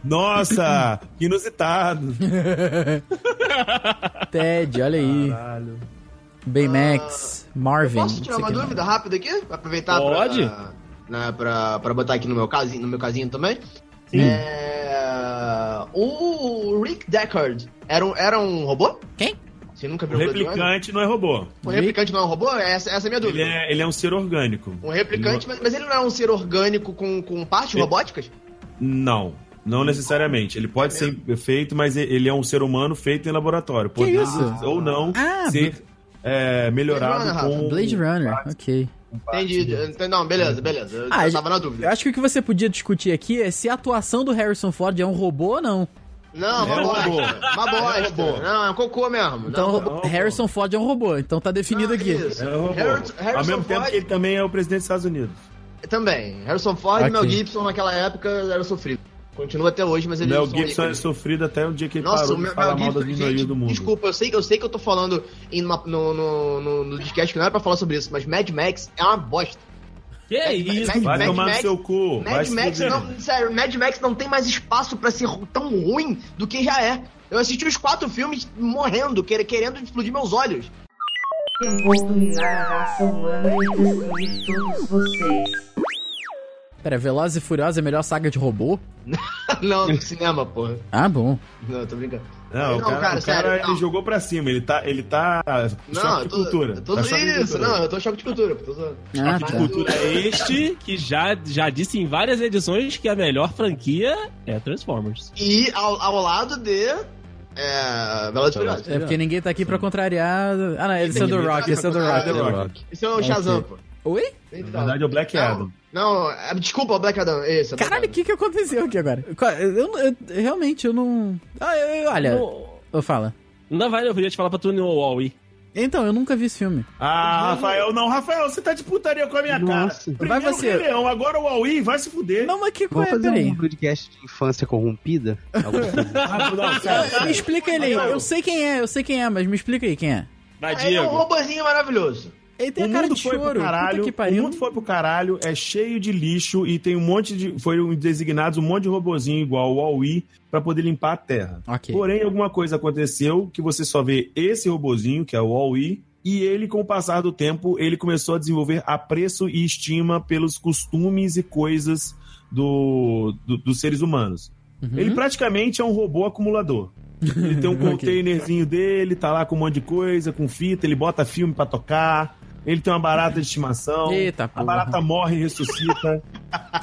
Speaker 5: Nossa,
Speaker 2: *laughs*
Speaker 5: inusitado.
Speaker 2: Ted, olha aí.
Speaker 5: Caralho.
Speaker 2: Baymax, Marvin.
Speaker 4: Ah, Posso tirar
Speaker 2: não sei
Speaker 4: uma
Speaker 2: o que lá.
Speaker 4: dúvida rápida aqui? Aproveitar
Speaker 3: Pode.
Speaker 4: pra, né, pra, pra botar aqui no meu casinho, no meu casinho também. É, o Rick Deckard era um, era um robô?
Speaker 2: Quem?
Speaker 4: Você nunca
Speaker 5: O
Speaker 4: viu um Blade Runner?
Speaker 5: Um replicante não é robô.
Speaker 4: Um replicante não é um robô? Essa, essa é a minha
Speaker 5: Ele
Speaker 4: dúvida.
Speaker 5: é, ele é um ser orgânico.
Speaker 4: Um replicante, mas, mas ele não é um ser orgânico com, com partes
Speaker 5: Ele-
Speaker 4: robóticas?
Speaker 5: Não, não necessariamente. Ele pode ser feito, mas e- ele é um ser humano feito em laboratório.
Speaker 2: Que
Speaker 5: Podendo
Speaker 2: isso?
Speaker 5: ou não
Speaker 2: Ah,
Speaker 5: ser é, melhorado
Speaker 4: Blade Runner,
Speaker 5: com.
Speaker 2: Blade Runner, ok.
Speaker 4: Entendi. Entendi. Não, beleza, beleza. Eu
Speaker 2: Ah,
Speaker 4: eu
Speaker 2: gente-
Speaker 4: tava na
Speaker 2: Eu
Speaker 4: dúvida.
Speaker 2: acho que o que você podia discutir aqui é se a atuação do Harrison Ford é um robô ou não.
Speaker 4: Não, uma
Speaker 2: é
Speaker 5: Era
Speaker 2: *laughs*
Speaker 5: um robô.
Speaker 4: bosta. Uma
Speaker 5: Era um robô.
Speaker 4: bosta. Não, é um cocô mesmo.
Speaker 2: Então,
Speaker 4: não,
Speaker 2: robô-
Speaker 5: não, pô.
Speaker 2: Harrison Ford é um robô, então tá definido
Speaker 4: Ah,
Speaker 2: aqui.
Speaker 4: isso.
Speaker 5: É um robô.
Speaker 4: Harrison-
Speaker 5: Ao
Speaker 4: Harrison
Speaker 5: mesmo tempo
Speaker 4: Ford-
Speaker 5: que ele também é o presidente dos Estados Unidos.
Speaker 4: Também. Harrison Ford
Speaker 2: Ok.
Speaker 4: e Mel Gibson naquela época era sofrido. Continua até hoje, mas
Speaker 5: O
Speaker 4: ele
Speaker 5: Mel Gibson é
Speaker 4: é
Speaker 5: sofrido até o dia que ele
Speaker 4: Nossa,
Speaker 5: parou
Speaker 4: o
Speaker 5: de
Speaker 4: Mel,
Speaker 5: falar
Speaker 4: Mel
Speaker 5: mal das
Speaker 4: Gibson.
Speaker 5: minorias
Speaker 4: Gente,
Speaker 5: do mundo.
Speaker 4: Desculpa, eu sei, eu sei que eu tô falando em uma- no, no, no, no podcast que não era pra falar sobre isso, mas Mad Max é uma bosta.
Speaker 3: Que é isso?
Speaker 5: Vai
Speaker 4: Mad
Speaker 5: tomar no
Speaker 4: Max-
Speaker 5: seu cu. vai
Speaker 4: Mad
Speaker 5: se
Speaker 4: Max,
Speaker 5: fuder.
Speaker 4: não, sério, Mad Max não tem mais espaço pra ser ru- tão ruim do que já é. Eu assisti os quatro filmes morrendo, quer- querendo explodir meus olhos. *laughs*
Speaker 7: Eu vou dominar a raça humana e destruir todos vocês.
Speaker 2: Pera, Veloz e Furiosa é a melhor saga de robô?
Speaker 4: não, no cinema, porra.
Speaker 2: Ah, bom.
Speaker 4: Não, tô brincando.
Speaker 5: Não, o
Speaker 4: Não,
Speaker 5: cara,
Speaker 4: cara,
Speaker 5: o cara,
Speaker 4: sério,
Speaker 5: ele
Speaker 4: não.
Speaker 5: jogou pra cima, ele tá, ele tá
Speaker 4: Não,
Speaker 5: choque
Speaker 4: eu
Speaker 5: de
Speaker 4: tô,
Speaker 5: cultura.
Speaker 4: eu tô
Speaker 5: tá
Speaker 4: isso,
Speaker 5: choque de cultura.
Speaker 4: não, eu tô choque de cultura. Tô zoando.
Speaker 2: Ah,
Speaker 4: Mas
Speaker 2: tá.
Speaker 4: o-
Speaker 3: É este que já, já disse em várias edições que a melhor franquia é Transformers.
Speaker 4: E ao, ao lado de. É. Velozes e Furiosos.
Speaker 2: É porque ninguém tá aqui pra contrariar. Ah, não, esse é do
Speaker 5: tá
Speaker 2: Rock, esse é do
Speaker 4: Ah,
Speaker 2: Rock.
Speaker 4: The
Speaker 5: Rock.
Speaker 4: Isso é o Shazam,
Speaker 2: Ok.
Speaker 4: pô.
Speaker 2: Oi?
Speaker 5: Na verdade é o Black
Speaker 4: Não,
Speaker 5: Adam.
Speaker 4: Não, é- desculpa, o Black Adam. Esse, é o Black
Speaker 5: tá
Speaker 2: Caralho, o
Speaker 4: Adam.
Speaker 2: que que aconteceu aqui agora? Qual- Eu, eu- eu- realmente, eu não. Ah, eu, eu- olha.
Speaker 3: Não-
Speaker 2: Eu fala.
Speaker 3: Não vai, eu queria te falar pra tu no Huawei.
Speaker 2: Então, eu nunca vi esse filme.
Speaker 5: Ah, Rafael, não, Rafael, você tá de putaria com a minha
Speaker 6: Nossa.
Speaker 5: cara. Primeiro
Speaker 2: Vai você.
Speaker 5: Rei Leão, agora o Huawei, vai se fuder.
Speaker 2: Não, mas que é
Speaker 6: Vamos
Speaker 2: coisa,
Speaker 6: fazer
Speaker 2: peraí.
Speaker 6: um podcast de infância corrompida? Alguma coisa.
Speaker 5: Ah, não, sério,
Speaker 2: Ah,
Speaker 5: sério.
Speaker 2: Me explica ele aí. Eu sei quem é, eu sei quem é, mas me explica aí quem é.
Speaker 3: Vai,
Speaker 4: Ele é um
Speaker 3: Diego.
Speaker 4: robozinho maravilhoso.
Speaker 2: Ele tem
Speaker 5: O
Speaker 2: a cara
Speaker 5: mundo
Speaker 2: de
Speaker 5: foi
Speaker 2: choro.
Speaker 5: pro caralho,
Speaker 2: Puta que
Speaker 5: o
Speaker 2: pariu.
Speaker 5: mundo foi pro caralho, é cheio de lixo e tem um monte de. Foram designados um monte de robozinho igual o Huawei pra poder limpar a terra.
Speaker 2: Ok.
Speaker 5: Porém, alguma coisa aconteceu que você só vê esse robozinho, que é o Huawei, e ele, com o passar do tempo, ele começou a desenvolver apreço e estima pelos costumes e coisas do, do- dos seres humanos.
Speaker 2: Uhum.
Speaker 5: Ele praticamente é um robô acumulador. Ele tem
Speaker 2: *laughs*
Speaker 5: um
Speaker 2: Ok.
Speaker 5: containerzinho dele, tá lá com um monte de coisa, com fita, ele bota filme pra tocar, ele tem uma barata de estimação,
Speaker 2: Eita,
Speaker 5: a
Speaker 2: porra.
Speaker 5: barata morre e ressuscita.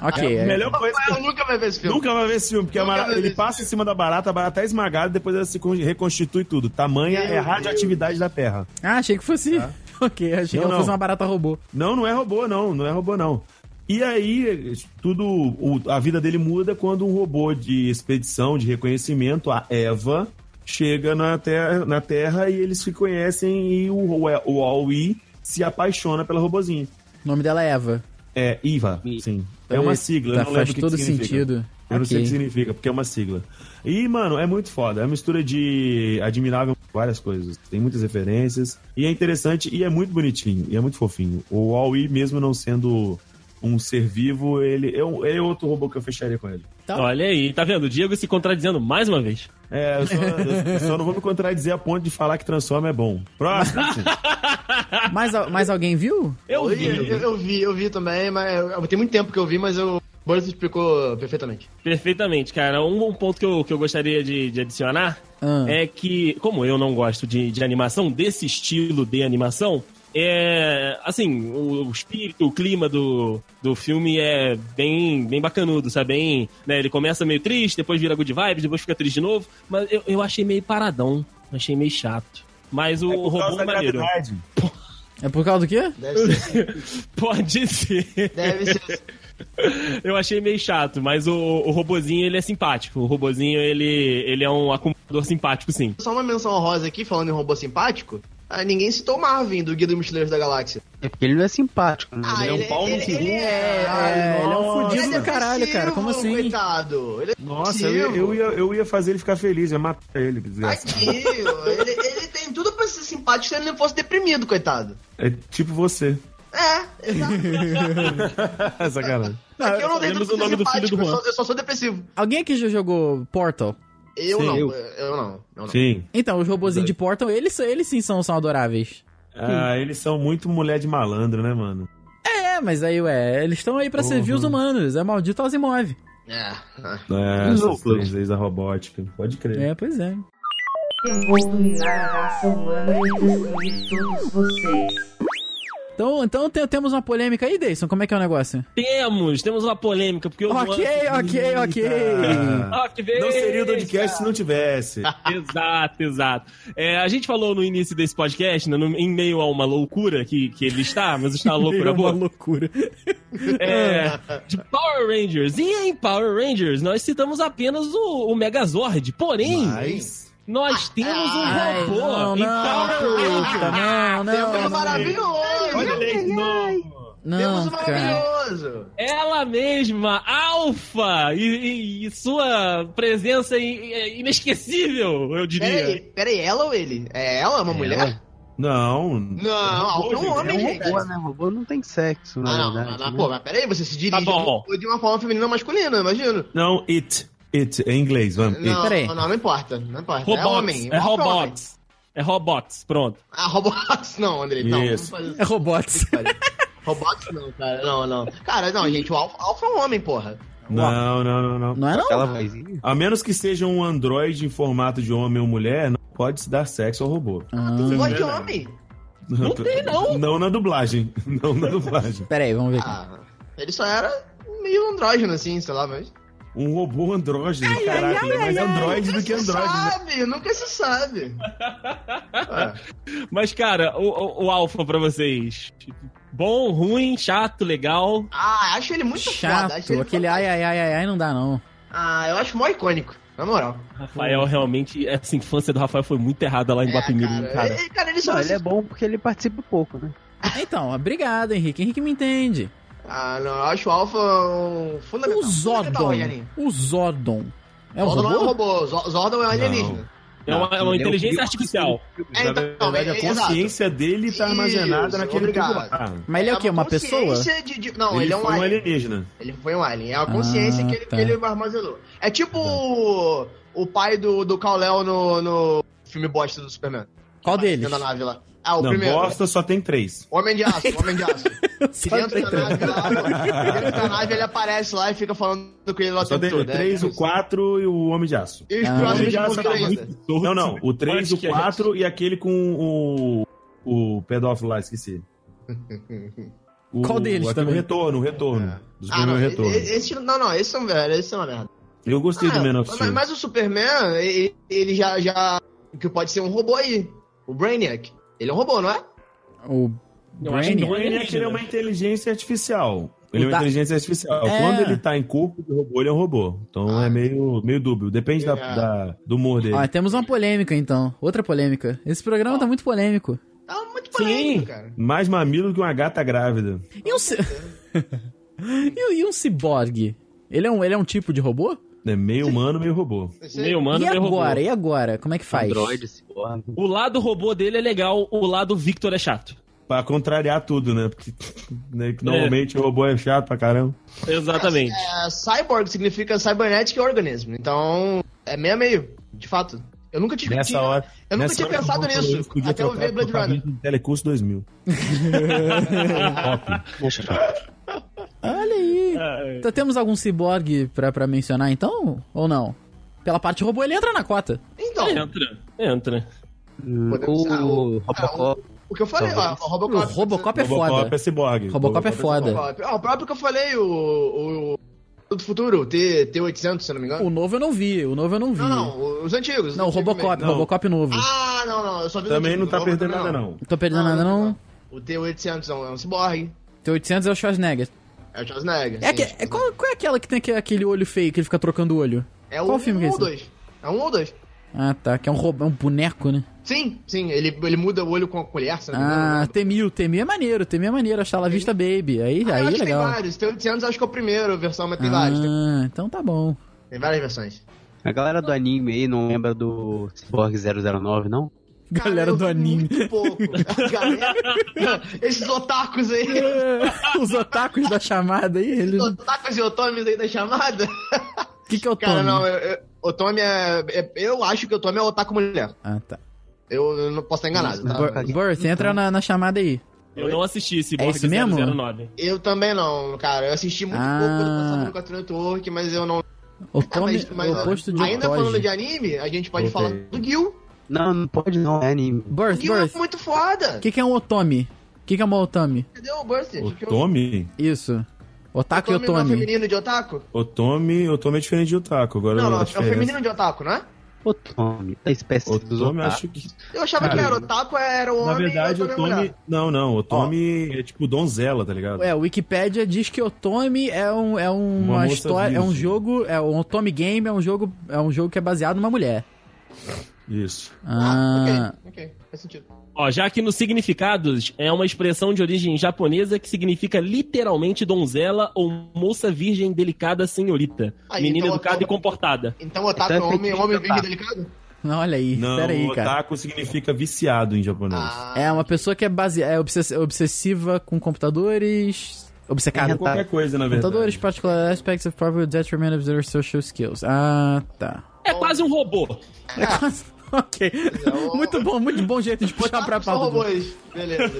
Speaker 2: Ok, *laughs* é.
Speaker 5: Melhor coisa
Speaker 4: *laughs*
Speaker 5: que
Speaker 4: Eu nunca vai ver esse filme.
Speaker 5: Nunca vai ver esse filme, porque a
Speaker 4: Nunca
Speaker 5: barata-
Speaker 4: vai ver
Speaker 5: ele
Speaker 4: esse
Speaker 5: passa em cima da barata, a barata é esmagada, depois ela se con- reconstitui tudo. Tamanha
Speaker 4: Meu
Speaker 5: é a radioatividade da Terra.
Speaker 2: Ah, achei que fosse. *laughs* Ok, achei
Speaker 5: Tá. Não,
Speaker 2: que ela
Speaker 5: não.
Speaker 2: fosse uma barata robô.
Speaker 5: Não, não é robô, não, não é robô, não. E aí, tudo. o- a vida dele muda quando um robô de expedição, de reconhecimento, a Eva, chega na Terra, na terra e eles se conhecem e o, o, o Aoi se apaixona pela robozinha.
Speaker 2: O nome dela é Eva.
Speaker 5: É Iva, sim. É uma sigla,
Speaker 2: tá,
Speaker 5: eu não
Speaker 2: faz
Speaker 5: lembro o que
Speaker 2: todo
Speaker 5: que significa.
Speaker 2: sentido.
Speaker 5: Eu não sei o
Speaker 2: Ok.
Speaker 5: que significa, porque é uma sigla. E, mano, é muito foda. É uma mistura de admirável várias coisas. Tem muitas referências. E é interessante e é muito bonitinho. E é muito fofinho. O Aoi, mesmo não sendo um ser vivo, ele, eu, ele é outro robô que eu fecharia com ele.
Speaker 3: Olha aí, tá vendo? O Diego se contradizendo mais uma vez.
Speaker 5: É, eu só, eu só não vou me contradizer a ponto de falar que Transforma é bom. Próximo.
Speaker 2: Mais, al- mais alguém viu?
Speaker 3: Eu
Speaker 4: Oi,
Speaker 3: vi.
Speaker 4: Eu, eu vi, eu vi também, mas eu- tem muito tempo que eu vi, mas eu, o Boris explicou perfeitamente.
Speaker 3: Perfeitamente, cara. Um, um ponto que eu, que eu gostaria de, de adicionar
Speaker 2: Ah.
Speaker 3: é que, como eu não gosto de, de animação, desse estilo de animação, é. Assim, o, o espírito, o clima do, do filme é bem, bem bacanudo, sabe? Bem, né, ele começa meio triste, depois vira good vibes, depois fica triste de novo. Mas eu, eu achei meio paradão. Achei meio chato. Mas o
Speaker 5: Por causa
Speaker 3: robô é
Speaker 5: da
Speaker 3: maneiro.
Speaker 5: gravidade.
Speaker 2: É por causa do quê?
Speaker 4: Deve ser.
Speaker 3: *laughs* Pode ser.
Speaker 4: deve ser.
Speaker 3: Eu achei meio chato, mas o, o robozinho ele é simpático. O robozinho ele, ele é um acumulador simpático, sim.
Speaker 4: Só uma menção rosa aqui, falando em robô simpático. ah, ninguém citou o Marvin, do Guia dos Mochileiros da Galáxia.
Speaker 6: É porque ele não é simpático, né?
Speaker 4: Ah,
Speaker 6: ele é um pau no cu.
Speaker 4: ele é,
Speaker 2: É, ele é um
Speaker 5: nossa.
Speaker 2: fudido
Speaker 4: Ele é
Speaker 2: do caralho, cara. Como
Speaker 4: depressivo,
Speaker 2: assim?
Speaker 4: Coitado. Ele é
Speaker 5: Nossa, eu, ia- eu ia, eu ia fazer ele ficar feliz, ia matar ele, que desgraça.
Speaker 4: Aqui, ele, ele tem tudo pra ser simpático se ele não fosse deprimido, coitado.
Speaker 5: É tipo você.
Speaker 4: É, exato.
Speaker 5: *laughs* Sacanagem.
Speaker 4: Aqui eu não tenho
Speaker 3: sabemos
Speaker 4: tudo
Speaker 3: o nome do filho
Speaker 4: simpático,
Speaker 3: do
Speaker 4: eu
Speaker 3: Juan.
Speaker 4: só, eu só sou depressivo.
Speaker 2: Alguém aqui já jogou Portal?
Speaker 4: Eu
Speaker 5: Sim,
Speaker 4: não, eu,
Speaker 5: eu.
Speaker 4: não, eu não.
Speaker 5: Sim.
Speaker 2: Então, os robozinhos de Portal, eles, são- eles sim são, são adoráveis.
Speaker 5: Ah, eles são muito mulher de malandro, né, mano?
Speaker 2: É, mas aí, ué, eles estão aí pra servir os humanos. É maldito Asimov.
Speaker 4: É.
Speaker 5: É, essas
Speaker 6: Loucura.
Speaker 5: três leis da robótica. Pode crer.
Speaker 2: É, pois é.
Speaker 7: Evoluirá a raça humana e destruir todos vocês.
Speaker 2: Então, então te- temos uma polêmica aí, Deison. Como é que é o negócio?
Speaker 3: Temos, temos uma polêmica, porque o
Speaker 2: Ok, ok, ok.
Speaker 5: Eita.
Speaker 3: Juan- Ah, que
Speaker 5: Não seria
Speaker 3: beleza.
Speaker 5: o Dodcast se não tivesse.
Speaker 3: Exato, exato. É, a gente falou no início desse podcast, né, no- em meio a uma loucura que, que ele está, mas está
Speaker 5: *laughs*
Speaker 3: uma loucura
Speaker 2: É uma
Speaker 3: boa.
Speaker 2: loucura.
Speaker 3: É, de Power Rangers. E em Power Rangers, nós citamos apenas o, o Megazord. Porém,
Speaker 5: Mas.
Speaker 3: nós temos um
Speaker 2: Ai,
Speaker 3: robô
Speaker 2: não,
Speaker 3: em
Speaker 2: não,
Speaker 3: Power Rangers.
Speaker 2: puta, Então, não, Ah,
Speaker 4: Temos
Speaker 2: não, é.
Speaker 4: um
Speaker 2: não,
Speaker 4: maravilhoso!
Speaker 5: Olha ele de novo.
Speaker 4: Temos
Speaker 2: não,
Speaker 4: um
Speaker 2: Ah, cara.
Speaker 4: maravilhoso!
Speaker 3: Ela mesma, Alfa, e, e- e sua presença i- i- inesquecível, eu diria.
Speaker 4: Peraí, peraí, ela ou ele? É ela? É uma mulher?
Speaker 5: Não.
Speaker 4: Não, Alfa é um
Speaker 5: Robô,
Speaker 4: homem,
Speaker 5: gente, é um
Speaker 4: gente.
Speaker 6: Robô, né? Robô não tem sexo, na
Speaker 4: Ah, não,
Speaker 6: verdade.
Speaker 4: mas, mas,
Speaker 6: né?
Speaker 4: pô, mas peraí, você se dirige
Speaker 3: Tá bom.
Speaker 4: de uma forma feminina ou masculina, eu imagino.
Speaker 5: Não, it. It. É em inglês, vamos. It.
Speaker 4: Não,
Speaker 2: Peraí.
Speaker 4: não, não importa, não importa.
Speaker 3: Robots,
Speaker 4: é homem.
Speaker 3: é
Speaker 4: Alfa homem.
Speaker 3: Robots. É Robots, pronto.
Speaker 4: Ah, Robots *laughs* não, André, não.
Speaker 5: Isso.
Speaker 4: Vamos fazer assim.
Speaker 2: É robots.
Speaker 4: Robots não, cara, não, não. Cara, não, gente, o Alfa, Alfa é um homem, porra.
Speaker 5: Não, não, não, não.
Speaker 2: Não é não?
Speaker 6: Aquela vozinha.
Speaker 5: A menos que seja um androide em formato de homem ou mulher, não pode se dar sexo ao robô.
Speaker 4: Tu
Speaker 2: Ah,
Speaker 4: gosta de homem?
Speaker 5: Não tem, não. Não na dublagem. *laughs* Não na dublagem.
Speaker 2: pera aí, vamos ver aqui.
Speaker 4: Ah, ele só era meio andrógeno, assim, sei lá, mas...
Speaker 5: Um robô andrógeno. Caraca, ele é mais androide do que androide. né?
Speaker 4: sabe, nunca se
Speaker 2: *laughs*
Speaker 4: sabe. É.
Speaker 3: Mas, cara, o, o, o Alfa pra vocês. tipo, Bom, ruim, chato, legal.
Speaker 4: Ah, acho ele muito foda. acho
Speaker 2: Chato.
Speaker 4: ele
Speaker 2: Aquele ai,
Speaker 4: fantástico.
Speaker 2: ai, ai, ai, ai, não tá dá *laughs* não.
Speaker 4: Ah, eu acho mó icônico, na moral.
Speaker 3: Rafael, realmente, essa infância do Rafael foi muito errada lá em Guapimirim,
Speaker 4: É, cara,
Speaker 3: cara.
Speaker 4: Ele, cara, ele só...
Speaker 6: Não, ele é bom porque ele participa pouco, né?
Speaker 2: Então, obrigado, Henrique. Henrique me entende.
Speaker 4: Ah, não, eu acho o Alfa um fundamental.
Speaker 2: O Zordon.
Speaker 4: Fundamental,
Speaker 2: O Zordon. É um
Speaker 4: Zordon não é um
Speaker 2: robô?
Speaker 4: robô, Zo- Zordon é um alienígena.
Speaker 3: É uma, é uma
Speaker 6: Ele é o
Speaker 3: inteligência
Speaker 6: Bill.
Speaker 3: artificial.
Speaker 4: É,
Speaker 5: Na
Speaker 4: então,
Speaker 5: verdade,
Speaker 4: é-
Speaker 5: a
Speaker 4: é-
Speaker 5: consciência dele tá armazenada
Speaker 4: Isso,
Speaker 5: naquele
Speaker 4: obrigado.
Speaker 5: tubular.
Speaker 2: Mas ele é o quê? Uma pessoa?
Speaker 4: consciência de- de- Não,
Speaker 5: ele,
Speaker 4: ele, é um
Speaker 5: foi um
Speaker 4: alien.
Speaker 5: alienígena.
Speaker 4: Ele foi um alien. É a consciência que, ele,
Speaker 2: tá.
Speaker 4: que ele armazenou. É tipo o, o pai do, do Kal Lel no, no filme bosta do Superman.
Speaker 2: Qual
Speaker 4: Vai
Speaker 2: deles? *laughs*
Speaker 4: dentro da nave lá. Ah, o
Speaker 5: não,
Speaker 4: primeiro.
Speaker 5: bosta só tem três.
Speaker 4: Homem de aço, homem de aço.
Speaker 2: *laughs*
Speaker 4: Que
Speaker 2: Só
Speaker 4: dentro
Speaker 2: tem
Speaker 4: da
Speaker 2: três.
Speaker 4: nave lá, pô. dentro da nave ele aparece lá e fica falando com ele lá o
Speaker 5: Só
Speaker 4: tempo
Speaker 5: tem
Speaker 4: todo.
Speaker 5: o
Speaker 4: né?
Speaker 5: três, o quatro e o Homem de Aço.
Speaker 4: E os Ah,
Speaker 2: Ah.
Speaker 5: O Homem
Speaker 4: próximos
Speaker 5: de
Speaker 4: de
Speaker 5: Aço
Speaker 4: futuro
Speaker 5: tá
Speaker 4: ainda.
Speaker 5: muito torto. Não, não. O três, o
Speaker 3: Podcast.
Speaker 5: quatro e aquele com o. O pedófilo lá, esqueci. O-
Speaker 2: Qual deles
Speaker 5: aquele
Speaker 2: também?
Speaker 5: O retorno, o retorno.
Speaker 4: É.
Speaker 5: Dos
Speaker 4: Ah, não,
Speaker 5: primeiros retornos.
Speaker 4: e- e- esse, é um, não, não, esses são velhos, esses são uma merda.
Speaker 5: Eu gostei do
Speaker 4: Ah,
Speaker 5: Man of
Speaker 4: mas,
Speaker 5: Steel.
Speaker 4: mas o Superman, ele, ele já, já. Que pode ser um robô aí. O Brainiac. Ele é um robô, não é?
Speaker 2: O
Speaker 3: Eu acho que
Speaker 5: O
Speaker 2: Brainy?
Speaker 3: não
Speaker 5: Brainiac, ele é uma inteligência artificial. Ele é
Speaker 2: O
Speaker 4: Tá.
Speaker 5: uma
Speaker 2: da-
Speaker 5: inteligência artificial.
Speaker 2: É.
Speaker 5: Quando ele tá em corpo de robô, ele é um robô. Então
Speaker 4: Ah.
Speaker 5: é meio, meio dúbio. Depende da,
Speaker 4: É.
Speaker 5: da- do humor dele.
Speaker 2: Ó, Ah, temos uma polêmica então. Outra polêmica. Esse programa tá muito polêmico.
Speaker 4: Tá muito polêmico,
Speaker 3: Sim.
Speaker 4: cara.
Speaker 2: *laughs*
Speaker 5: Mais mamilo que uma gata grávida.
Speaker 2: E um. ci- e, um- e um ciborgue? Ele é um, ele é um tipo de robô?
Speaker 5: É meio humano, meio robô.
Speaker 4: Esse aí-
Speaker 3: Meio humano,
Speaker 2: e
Speaker 3: meio robô.
Speaker 2: agora? E agora? Como é que faz?
Speaker 6: Android, cyborg.
Speaker 3: O lado robô dele é legal, o lado Victor é chato.
Speaker 5: Pra contrariar tudo, né? Porque né, que normalmente o robô é chato pra caramba.
Speaker 3: Exatamente.
Speaker 4: É, cyborg significa cybernetic organism. Então, é meio a meio, de fato. Eu nunca tive.
Speaker 5: Nessa
Speaker 4: tinha-
Speaker 5: hora.
Speaker 4: eu nunca
Speaker 5: nessa
Speaker 4: tinha
Speaker 5: hora,
Speaker 4: pensado
Speaker 5: o robô
Speaker 4: nisso.
Speaker 5: podia
Speaker 4: Até eu
Speaker 5: trocar
Speaker 4: ver Blade
Speaker 5: pro
Speaker 4: Runner.
Speaker 5: caminho do Telecurso *laughs* 2000. Top.
Speaker 2: Olha aí. Então temos algum ciborgue pra, pra mencionar então? Ou não? Pela parte robô, ele entra na cota.
Speaker 4: Então,
Speaker 3: Entra, entra.
Speaker 4: Podemos- ah, o-
Speaker 6: O Robocop.
Speaker 4: o que eu falei, ó, o
Speaker 2: O
Speaker 4: Robocop.
Speaker 2: Robocop é
Speaker 5: Robocop
Speaker 2: foda.
Speaker 5: é cyborg.
Speaker 2: Robocop é foda.
Speaker 4: Robocop. Ah, o próprio que eu falei, o. o, o do futuro, o T, T800, se eu não me engano.
Speaker 2: O novo eu não vi, o novo eu não vi.
Speaker 4: Não, não, os antigos. os
Speaker 2: Não, o
Speaker 4: antigos
Speaker 2: Robocop,
Speaker 5: Não.
Speaker 2: Robocop novo.
Speaker 4: mesmo. Ah, não, não, eu só vi os
Speaker 5: Também
Speaker 4: antigos,
Speaker 5: não tá
Speaker 4: o
Speaker 5: perdendo
Speaker 4: Robocop
Speaker 5: nada, não.
Speaker 2: Tô perdendo nada não.
Speaker 4: O T800 é um- é um ciborgue.
Speaker 2: T800 é o Schwarzenegger.
Speaker 4: É o Schwarzenegger.
Speaker 2: É,
Speaker 4: sim.
Speaker 2: que, é, qual, qual é aquela que tem aque- aquele olho feio que ele fica trocando o olho?
Speaker 4: É
Speaker 2: qual
Speaker 4: o
Speaker 2: filme
Speaker 4: filme
Speaker 2: que é
Speaker 4: um ou
Speaker 2: esse?
Speaker 4: dois. É um ou dois.
Speaker 2: Ah, tá, que é um robô, é um boneco, né?
Speaker 4: Sim, sim, ele, ele muda o olho com a colher, se É, não me engano.
Speaker 2: Ah, Temil, Temil é maneiro, Temil é maneiro, achar la vista baby. Aí,
Speaker 4: Ah, eu
Speaker 2: aí
Speaker 4: acho
Speaker 2: é
Speaker 4: que tem
Speaker 2: legal.
Speaker 4: vários. Tem 800, acho que é o primeiro a versão, mas tem vários. Tem,
Speaker 2: Ah, então tá bom.
Speaker 4: tem várias versões.
Speaker 6: A galera do anime aí não lembra do Cyborg 009, não?
Speaker 2: *laughs* Galera
Speaker 4: eu
Speaker 2: do
Speaker 4: vi
Speaker 2: anime.
Speaker 4: Muito pouco. *laughs* Galera, *laughs* esses otakus
Speaker 2: *laughs*
Speaker 4: aí.
Speaker 2: *laughs* Os otakus da chamada aí, eles.
Speaker 4: Esses
Speaker 2: O
Speaker 4: otakus e otomes aí da chamada.
Speaker 2: que, que é o
Speaker 4: Cara,
Speaker 2: Tommy?
Speaker 4: não, eu, eu, otome é, é- Eu acho que otome é otaku mulher.
Speaker 2: Ah, tá. Então.
Speaker 4: Eu, eu não posso estar enganado, tá?
Speaker 2: Birth, entra na, na chamada aí.
Speaker 3: Eu não assisti esse
Speaker 2: É isso mesmo?
Speaker 3: 009.
Speaker 4: Eu também não, cara. Eu assisti muito
Speaker 2: Ah.
Speaker 4: pouco quando passava no Cartoon Network, mas eu não.
Speaker 2: O
Speaker 4: Ah,
Speaker 2: Tommy, o oposto de
Speaker 4: ainda falando
Speaker 2: Otoji.
Speaker 4: de anime, a gente pode
Speaker 5: Voltei.
Speaker 4: falar do Gil.
Speaker 6: Não, não pode não, é anime.
Speaker 2: Birth,
Speaker 4: Gil é
Speaker 2: Birth.
Speaker 4: muito foda.
Speaker 2: O que, que é um Otome? O que, que é uma Otome?
Speaker 4: Cadê o Burst?
Speaker 5: O Tommy?
Speaker 2: Isso. Otaku e
Speaker 4: Otome não é
Speaker 2: Otome.
Speaker 4: feminino de otaku?
Speaker 5: O Tommy, o Tommy é diferente de Otaku. Agora
Speaker 4: Não,
Speaker 5: eu
Speaker 4: não,
Speaker 5: a
Speaker 4: é o
Speaker 5: diferença.
Speaker 4: feminino de otaku, não é?
Speaker 6: O Tommy, a espécie
Speaker 5: O
Speaker 6: dos
Speaker 5: Tommy, eu
Speaker 6: otakus.
Speaker 5: acho que.
Speaker 4: Eu achava que
Speaker 5: Cara,
Speaker 4: era otaku, era o homem
Speaker 5: Na verdade,
Speaker 4: e
Speaker 5: o
Speaker 4: otaku é
Speaker 5: Tommy.
Speaker 4: mulher.
Speaker 5: Não, não. O Tommy é tipo donzela, tá ligado?
Speaker 2: É, o Wikipedia diz que Otome é um é um-
Speaker 5: Uma
Speaker 2: uma
Speaker 5: moça
Speaker 2: história, é um
Speaker 5: virgem.
Speaker 2: jogo, é o Otome Game é um jogo, é um jogo que é baseado numa mulher.
Speaker 5: Isso.
Speaker 2: Ah,
Speaker 4: ok, ok, faz sentido.
Speaker 3: Ó, já que nos significados é uma expressão de origem japonesa que significa literalmente donzela ou moça virgem delicada senhorita.
Speaker 4: Aí,
Speaker 3: menina
Speaker 4: então,
Speaker 3: educada
Speaker 4: então-
Speaker 3: e comportada.
Speaker 4: Então otaku é
Speaker 6: Então é
Speaker 4: homem,
Speaker 6: feminino
Speaker 4: homem
Speaker 6: de
Speaker 4: virgem
Speaker 6: otaku.
Speaker 4: delicado?
Speaker 2: olha aí,
Speaker 5: Não,
Speaker 2: pera aí, cara.
Speaker 5: otaku significa viciado em japonês.
Speaker 4: Ah,
Speaker 2: É uma pessoa que é, base... é obsess- obsessiva com computadores, obcecada
Speaker 6: É,
Speaker 2: com
Speaker 6: tá.
Speaker 5: Qualquer coisa, na verdade.
Speaker 2: computadores, particular aspects of probable detriment of their social skills. Ah, tá. *laughs*
Speaker 3: É quase um robô.
Speaker 2: É quase- Ok.
Speaker 4: Então-
Speaker 2: Muito bom, muito bom jeito de puxar
Speaker 4: otaku
Speaker 2: pra
Speaker 4: são
Speaker 2: pauta. do-
Speaker 4: robôs. Beleza.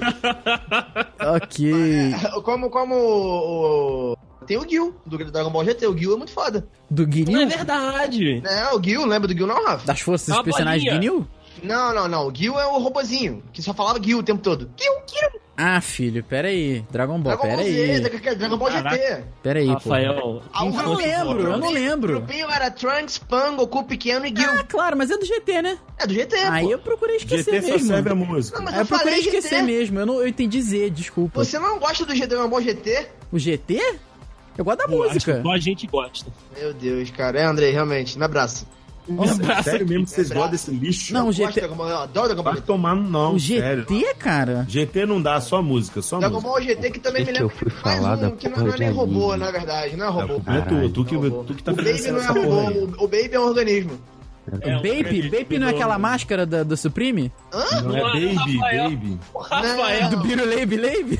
Speaker 4: *laughs*
Speaker 2: Ok.
Speaker 4: como, como o... o- Tem o Gil, do Dragon Ball GT, o Gil é muito foda.
Speaker 2: Do
Speaker 3: Não é
Speaker 2: Guinil?
Speaker 3: verdade.
Speaker 4: É, o Gil, lembra do Gil não, Rafa?
Speaker 2: Das forças
Speaker 3: É uma
Speaker 2: especiais
Speaker 3: bolinha.
Speaker 2: Guinil?
Speaker 4: Não, não, não, o Gil é o robozinho, que só falava Gil o tempo todo. Gil, Gil,
Speaker 2: Ah, filho, pera aí. Dragon Ball,
Speaker 4: Dragon
Speaker 2: pera
Speaker 4: Ball
Speaker 2: aí.
Speaker 4: Z, Dra- é Dragon Ball GT.
Speaker 2: Pera aí, pô.
Speaker 3: Rafael. um
Speaker 4: Ah,
Speaker 2: Eu não lembro, eu não
Speaker 4: O
Speaker 2: lembro.
Speaker 4: grupinho era Trunks, Pan, Goku pequeno e Gil.
Speaker 2: Ah, claro, mas é do GT, né?
Speaker 4: um- É do GT,
Speaker 2: Aí
Speaker 4: pô.
Speaker 2: eu procurei esquecer
Speaker 4: é
Speaker 5: GT só
Speaker 2: mesmo.
Speaker 5: serve a
Speaker 4: Não,
Speaker 5: música.
Speaker 4: mas
Speaker 2: Aí É eu procurei
Speaker 4: falei GT.
Speaker 2: esquecer mesmo. Eu, não, eu entendi Z, desculpa.
Speaker 4: Você não é um gosta do Dragon Ball GT?
Speaker 2: O GT? Eu gosto da
Speaker 3: Pô, acho que
Speaker 2: música.
Speaker 3: Só a gente gosta.
Speaker 4: Meu Deus, cara. É, Andrei, realmente, me abraça.
Speaker 5: Sério mesmo que vocês gostam desse lixo?
Speaker 2: Não, o
Speaker 4: Eu gosto de
Speaker 2: GT.
Speaker 4: Dragon Ball, eu adoro Dragon Ball
Speaker 5: Vai
Speaker 4: GT.
Speaker 5: tomar no não,
Speaker 2: O
Speaker 5: um sério.
Speaker 2: GT, cara?
Speaker 5: GT não dá, só música, só
Speaker 4: Dragon
Speaker 5: música.
Speaker 4: Ball é GT que também me
Speaker 6: Esse
Speaker 4: lembra
Speaker 6: eu fui
Speaker 4: de mais
Speaker 6: falar da
Speaker 4: um que não, não é
Speaker 6: porra de
Speaker 4: nem robô,
Speaker 6: anime.
Speaker 4: na verdade. Não é
Speaker 5: A
Speaker 4: robô.
Speaker 5: culpa é tua, tu que, tu que tá
Speaker 4: o Baby
Speaker 5: fazendo
Speaker 4: não é
Speaker 5: essa porra
Speaker 4: robô.
Speaker 5: aí.
Speaker 4: O o Baby é um organismo.
Speaker 3: É, o
Speaker 2: Bape? Bape não é aquela máscara da, do Supreme?
Speaker 5: Não é Baby, Baby.
Speaker 2: *laughs*
Speaker 3: Rafael.
Speaker 4: Não.
Speaker 2: Biruleibe Leibe?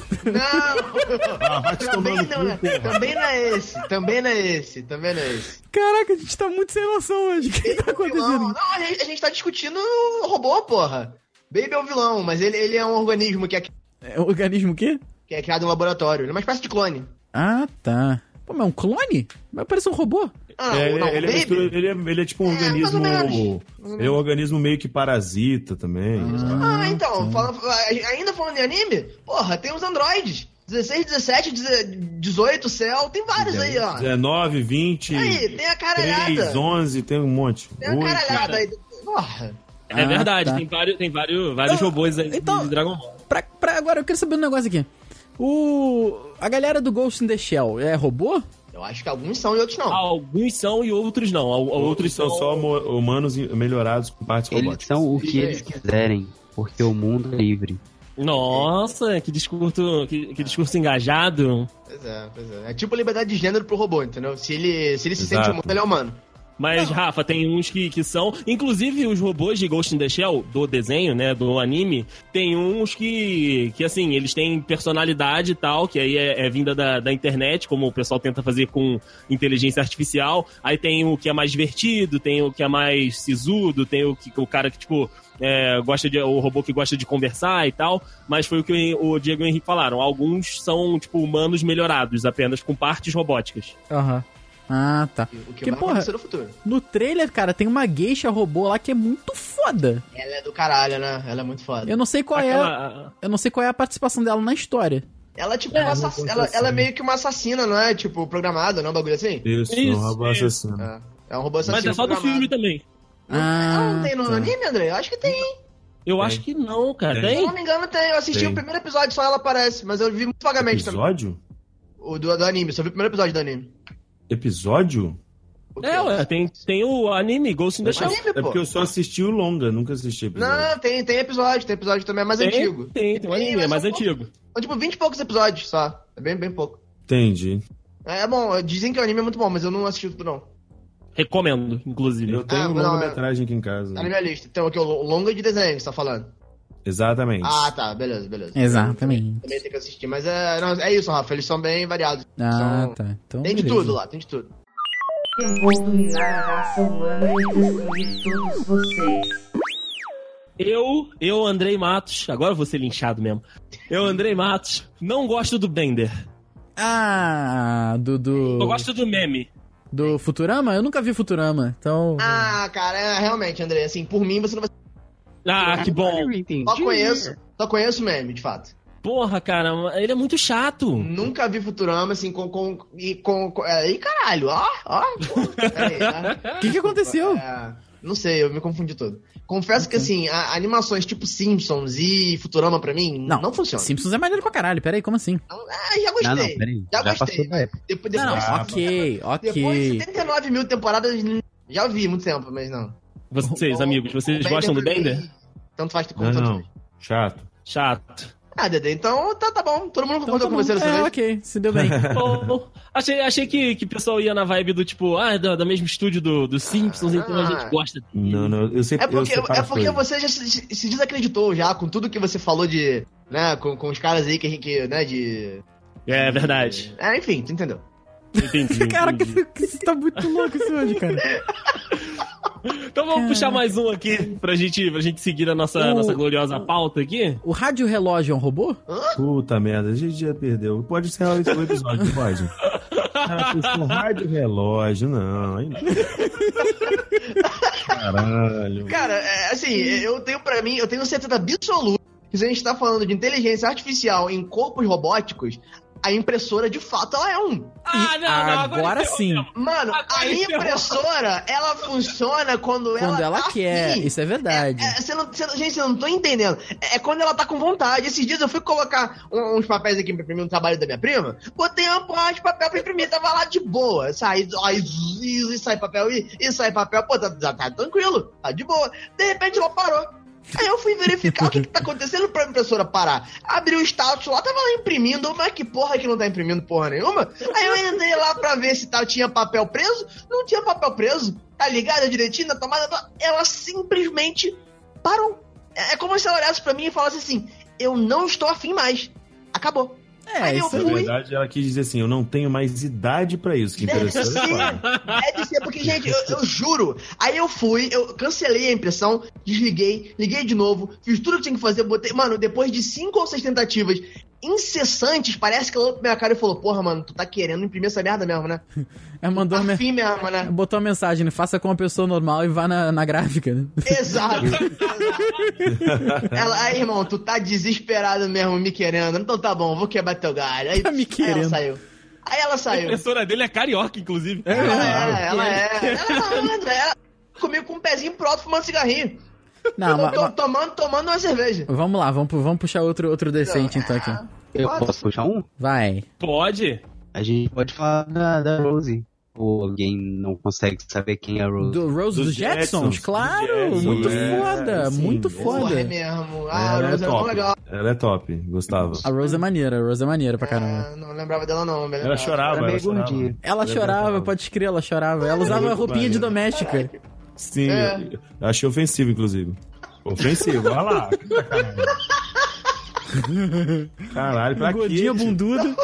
Speaker 4: Não!
Speaker 5: Ah, vai te tomar
Speaker 4: também,
Speaker 5: no
Speaker 4: não é,
Speaker 5: cu, porra.
Speaker 4: também não é esse. Também não é esse. Também não é esse.
Speaker 2: Caraca, a gente tá muito sem noção hoje. O que tá
Speaker 4: Vilão.
Speaker 2: acontecendo?
Speaker 4: Não, a gente, a gente tá discutindo o robô, porra. Baby é um vilão, mas ele, ele é um organismo que é,
Speaker 2: É um organismo o quê?
Speaker 4: que é criado em laboratório. Ele é uma espécie de clone.
Speaker 2: Ah, tá. Pô, mas é um clone? Mas parece um robô.
Speaker 4: Ah,
Speaker 5: É,
Speaker 4: não,
Speaker 5: ele, ele é
Speaker 4: Baby-
Speaker 5: mistura- ele é- ele é tipo um
Speaker 4: É, mais ou
Speaker 5: organismo. Ele é um organismo meio que parasita também.
Speaker 4: Ah, então, fala- ainda falando em anime, porra, tem os androides. 16, 17, 18, céu, tem vários
Speaker 5: É,
Speaker 4: aí, ó.
Speaker 5: 19, 20,
Speaker 4: Aí, tem a caralhada.
Speaker 5: 3, 11, tem um monte.
Speaker 4: Tem a
Speaker 5: Oito.
Speaker 4: caralhada aí. Porra.
Speaker 3: É
Speaker 2: Ah,
Speaker 3: verdade,
Speaker 2: tá.
Speaker 3: tem vários, tem vários, vários
Speaker 2: Não,
Speaker 3: robôs aí
Speaker 2: então-
Speaker 3: de Dragon Ball.
Speaker 2: Pra, pra agora, eu quero saber um negócio aqui. O. A galera do Ghost in the Shell é robô?
Speaker 4: Eu acho que alguns são e outros
Speaker 2: então.
Speaker 4: não.
Speaker 3: Alguns são e outros não. Al- Outros,
Speaker 5: Outros são só mo- humanos melhorados com partes
Speaker 6: Eles
Speaker 5: robóticas.
Speaker 6: são o que eles quiserem, porque o mundo é livre.
Speaker 3: Nossa, que discurso, que, que discurso engajado.
Speaker 4: Pois é, pois é. É tipo liberdade de gênero pro robô, entendeu? Se ele se, ele se sente
Speaker 5: Exato.
Speaker 4: humano, ele é humano.
Speaker 3: Mas, Rafa, tem uns que, que são. Inclusive, os robôs de Ghost in the Shell, do desenho, né? Do anime, tem uns que. que assim, eles têm personalidade e tal, que aí é, é vinda da, da internet, como o pessoal tenta fazer com inteligência artificial. Aí tem o que é mais divertido, tem o que é mais sisudo, tem o, que, o cara que, tipo. é, gosta de o robô que gosta de conversar e tal, mas foi o que o Diego e o Henrique falaram. Alguns são tipo humanos melhorados, apenas com partes robóticas.
Speaker 2: Aham. Ah, tá.
Speaker 4: O que,
Speaker 2: Que
Speaker 4: vai
Speaker 2: porra?
Speaker 4: acontecer no futuro.
Speaker 2: No trailer, cara, tem uma geisha robô lá que é muito foda.
Speaker 4: Ela é do caralho, né? Ela é muito foda.
Speaker 2: Eu não sei qual é,
Speaker 3: Aquela-
Speaker 2: eu não sei qual é a participação dela na história.
Speaker 4: Ela é tipo uma assass... ela, ela é meio que uma assassina, não é? Tipo, programada, não é um bagulho assim?
Speaker 5: Isso,
Speaker 3: Isso,
Speaker 5: um robô
Speaker 3: isso.
Speaker 5: assassino.
Speaker 4: É. É um robô assassino.
Speaker 3: Mas é só do
Speaker 4: programado.
Speaker 3: filme também.
Speaker 4: Ela não tem no
Speaker 2: tá.
Speaker 4: anime, André? Eu acho que tem, hein?
Speaker 3: Eu
Speaker 5: Ah, Tem.
Speaker 3: acho que não, cara.
Speaker 5: Tem.
Speaker 4: Se eu
Speaker 3: Tem?
Speaker 4: não me engano, tem. Eu assisti
Speaker 5: Tem.
Speaker 4: o primeiro episódio, só ela aparece, mas eu vi muito vagamente também.
Speaker 5: Episódio?
Speaker 4: O do, do anime, só vi o primeiro episódio do anime.
Speaker 5: Episódio?
Speaker 4: O
Speaker 3: É,
Speaker 4: que-
Speaker 3: ué, tem, tem o anime Ghost in the
Speaker 4: Mas
Speaker 3: Shell.
Speaker 4: anime,
Speaker 5: É
Speaker 4: pô.
Speaker 5: porque eu né? só assisti o longa, nunca assisti episódio.
Speaker 4: Não, tem, tem episódio, tem episódio também, é mais
Speaker 3: Tem,
Speaker 4: antigo.
Speaker 3: Tem, tem um anime, é mais
Speaker 4: Tem, mas
Speaker 3: antigo.
Speaker 4: São tipo 20 e poucos episódios só. É bem, bem pouco.
Speaker 5: Entendi.
Speaker 4: É, é bom, dizem que o anime é muito bom, mas eu não assisti tudo, não.
Speaker 3: Recomendo, inclusive.
Speaker 5: Eu tenho
Speaker 4: Ah,
Speaker 5: um
Speaker 4: não,
Speaker 5: longa-metragem aqui em casa.
Speaker 4: Tá na minha lista. Então, aqui, o lo- longa de desenho que você tá falando.
Speaker 5: Exatamente.
Speaker 4: Ah, tá, beleza, beleza.
Speaker 2: Exatamente.
Speaker 4: Também tem que assistir, mas é, não, é isso, Rafa, eles são bem variados.
Speaker 2: Ah,
Speaker 4: São-
Speaker 2: tá. Então,
Speaker 4: Tem de
Speaker 2: beleza.
Speaker 4: tudo lá, tem de tudo.
Speaker 7: Eu
Speaker 3: Uhum.
Speaker 7: vou dominar a raça humana e destruir todos vocês.
Speaker 3: Eu, eu, Andrei Matos, agora eu vou ser linchado mesmo. Eu, Andrei Matos, não gosto do Bender.
Speaker 2: Ah, do
Speaker 3: Eu
Speaker 2: do,
Speaker 3: gosto do meme.
Speaker 2: do Futurama? Eu nunca vi Futurama, então...
Speaker 4: Ah, cara, é, realmente, André, assim, por mim você não vai.
Speaker 3: Ah, que bom.
Speaker 6: Eu entendi.
Speaker 4: Só conheço, só conheço meme, de fato.
Speaker 3: Porra, cara, ele é muito chato.
Speaker 4: Nunca vi Futurama, assim, com. com e com. com é, e caralho, ó, ó. pô, peraí, né?
Speaker 2: O que, que *laughs* aconteceu?
Speaker 4: É, não sei, eu me confundi todo. Confesso que, assim, a- animações tipo Simpsons e Futurama pra mim não,
Speaker 2: Não,
Speaker 4: funciona.
Speaker 2: Simpsons é maneiro pra caralho, peraí, como assim?
Speaker 4: Ah, já
Speaker 6: Não, não,
Speaker 4: gostei. já
Speaker 6: peraí. Já,
Speaker 4: gostei.
Speaker 6: passou da época.
Speaker 4: Depois,
Speaker 2: Não,
Speaker 4: depois,
Speaker 2: ok, ok.
Speaker 4: depois de 79 mil temporadas, já vi muito tempo, mas não.
Speaker 3: Vocês, amigos, vocês
Speaker 4: Bender
Speaker 3: gostam do
Speaker 4: pra mim,
Speaker 3: Bender?
Speaker 4: Tanto faz como
Speaker 5: Não,
Speaker 4: tanto
Speaker 5: não.
Speaker 4: faz.
Speaker 5: Chato.
Speaker 3: Chato.
Speaker 4: Ah, Dedê, então tá, tá bom. Todo mundo
Speaker 2: Então,
Speaker 4: concordou
Speaker 2: tá
Speaker 4: com
Speaker 2: bom.
Speaker 4: você dessa
Speaker 2: É,
Speaker 4: vez?
Speaker 2: ok, se deu
Speaker 3: *laughs*
Speaker 2: bem. *laughs*
Speaker 3: Bom, achei achei que, que o pessoal ia na vibe do tipo, ah, da, da mesmo estúdio do, do Simpsons, então a gente gosta dele.
Speaker 5: Não, não, eu
Speaker 4: É
Speaker 5: sempre.
Speaker 4: porque,
Speaker 5: eu separo
Speaker 4: é porque
Speaker 5: as coisas.
Speaker 4: você já se, se desacreditou já com tudo que você falou de. né, com, com os caras aí que a gente, né, de.
Speaker 3: É verdade.
Speaker 4: É, enfim, tu entendeu.
Speaker 3: Entendi.
Speaker 2: *laughs* Cara,
Speaker 3: entendi.
Speaker 2: que- que você tá muito louco isso hoje, cara.
Speaker 3: Então vamos puxar mais um aqui pra gente, pra gente seguir a nossa,
Speaker 2: O-
Speaker 3: nossa gloriosa pauta aqui.
Speaker 2: O rádio relógio é um robô?
Speaker 5: Puta merda, a gente já perdeu. Pode encerrar o episódio, não pode. Ah, puxa, um rádio relógio, não. aí não. Caralho.
Speaker 4: Cara, é, assim, eu tenho pra mim, eu tenho certeza absoluta que se a gente tá falando de inteligência artificial em corpos robóticos, a impressora de fato ela é um.
Speaker 3: Ah,
Speaker 2: Agora
Speaker 3: encerrou
Speaker 2: sim,
Speaker 3: mesmo.
Speaker 4: Mano, a
Speaker 3: Agora encerrou.
Speaker 4: impressora, ela funciona quando ela.
Speaker 2: quando ela
Speaker 4: tá
Speaker 2: quer,
Speaker 4: afim.
Speaker 2: isso é verdade.
Speaker 4: É, você não, você não- gente, eu não tô entendendo. É quando ela tá com vontade. Esses dias eu fui colocar um- uns papéis aqui pra imprimir um trabalho da minha prima. Botei uma porra de papel pra imprimir, tava lá de boa. Sai, ó, e zzz, e sai papel, e, e sai papel. Pô, tá, tá- tá tranquilo, tá de boa. De repente ela parou. Aí eu fui verificar o que, que tá acontecendo pra impressora parar. Abri o status lá, tava lá imprimindo, mas que porra que não tá imprimindo porra nenhuma. Aí eu entrei lá pra ver se tal tinha papel preso, não tinha papel preso, tá ligado direitinho na tomada. tá- Ela simplesmente parou. É é como se ela olhasse pra mim e falasse assim: Eu não estou afim mais. Acabou.
Speaker 2: É,
Speaker 4: Aí eu
Speaker 2: isso
Speaker 5: Na
Speaker 2: é
Speaker 4: fui-
Speaker 5: verdade, ela quis dizer assim: eu não tenho mais idade pra isso. Que
Speaker 4: Deve
Speaker 5: interessante.
Speaker 4: ser. Deve É ser, porque, gente, eu, eu juro. Aí eu fui, eu cancelei a impressão, desliguei, liguei de novo, fiz tudo que tinha que fazer, botei. Mano, depois de cinco ou seis tentativas incessantes, parece que ela olhou pra minha cara e falou: Porra, mano, tu tá querendo imprimir essa merda mesmo, né?
Speaker 2: É, mandou uma
Speaker 4: Afim mesmo, né?
Speaker 2: men- botou uma mensagem, né? faça como uma pessoa normal e vá na, na gráfica. né?
Speaker 4: Exato. ela, aí, irmão, tu tá desesperado mesmo me querendo. Então tá bom, vou quebrar teu galho. Aí,
Speaker 2: Tá me
Speaker 4: aí
Speaker 2: querendo.
Speaker 4: ela saiu. Aí ela
Speaker 3: A
Speaker 4: saiu.
Speaker 3: impressora dele é carioca, inclusive.
Speaker 4: Ela é,
Speaker 2: *laughs*
Speaker 4: ela é. Ela é malandra, ela comigo com um pezinho pro alto fumando cigarrinho.
Speaker 2: Não,
Speaker 4: Tô-
Speaker 2: Ah, mas,
Speaker 4: tô- tomando, tomando uma cerveja.
Speaker 2: vamos lá, vamos, pu- vamos puxar outro, outro decente então aqui.
Speaker 6: Eu posso puxar um?
Speaker 2: Vai.
Speaker 3: Pode?
Speaker 6: A gente pode falar da, da Rose. ou alguém não consegue saber quem é a Rose.
Speaker 2: Do Rose
Speaker 5: Dos
Speaker 2: dos, Jacksons,
Speaker 5: Jacksons,
Speaker 2: claro!
Speaker 5: dos Jacksons,
Speaker 2: muito
Speaker 5: é,
Speaker 2: foda,
Speaker 5: sim,
Speaker 2: muito
Speaker 5: é.
Speaker 4: Porra, é
Speaker 2: foda.
Speaker 4: mesmo. Ah, a
Speaker 5: Ela é
Speaker 4: Rose era tão
Speaker 5: top.
Speaker 4: legal.
Speaker 5: Ela é top, gostava.
Speaker 2: A Rose é maneira, a Rose é maneira pra caramba.
Speaker 4: Ah, não lembrava dela não, velho.
Speaker 5: Ela chorava,
Speaker 6: Era
Speaker 5: ela
Speaker 6: meio
Speaker 5: chorava.
Speaker 6: gordinha.
Speaker 2: Ela
Speaker 5: Ela é
Speaker 2: chorava,
Speaker 5: brava.
Speaker 2: pode crer, ela chorava. Ela
Speaker 5: Ela
Speaker 2: usava
Speaker 5: é
Speaker 2: roupinha de
Speaker 5: brava.
Speaker 2: doméstica.
Speaker 5: Sim,
Speaker 4: É.
Speaker 5: eu achei ofensivo, inclusive. Ofensivo, olha lá. Caralho, pra
Speaker 2: Gordinha
Speaker 5: quê? tio?
Speaker 2: bunduda.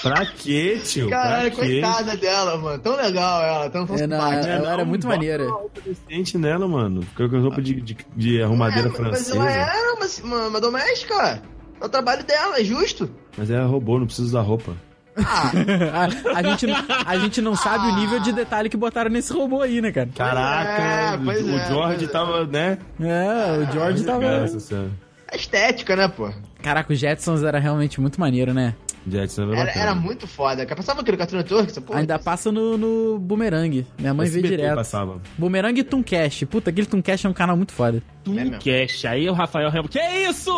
Speaker 5: Pra quê, tio?
Speaker 4: Caralho,
Speaker 5: pra quê?
Speaker 4: coitada dela, mano. Tão legal ela, tão
Speaker 2: É, não,
Speaker 4: simpática.
Speaker 2: ela era muito
Speaker 5: bota
Speaker 2: maneira.
Speaker 5: uma roupa decente nela, mano. Ficou com roupa de, de, de arrumadeira
Speaker 4: É, mas
Speaker 5: francesa.
Speaker 4: ela era uma, uma, uma doméstica, ué. É o trabalho dela, é justo.
Speaker 5: Mas ela roubou, não precisa usar roupa.
Speaker 4: Ah,
Speaker 2: *laughs* a, a gente, a gente não sabe o nível de detalhe que botaram nesse robô aí, né, cara?
Speaker 5: Caraca,
Speaker 4: é, pois
Speaker 5: o,
Speaker 4: é,
Speaker 5: o George
Speaker 4: pois é.
Speaker 5: tava, né?
Speaker 2: É, o George tava.
Speaker 5: Graças, senhora.
Speaker 4: é estética, né, pô?
Speaker 2: Caraca, o Jetsons era realmente muito maneiro, né?
Speaker 5: Jetson era,
Speaker 4: Era,
Speaker 5: bacana.
Speaker 4: era muito foda. cara. Passava aquele Cartoon Network, essa porra.
Speaker 2: Ainda passa no, no Boomerang. Minha mãe vê
Speaker 5: SBT
Speaker 2: direto.
Speaker 5: Passava.
Speaker 2: Boomerang e Tooncast. Puta, aquele Tooncast é um canal muito foda.
Speaker 5: *laughs*
Speaker 4: mesmo.
Speaker 3: Cash. Aí o Rafael Remo. Que isso?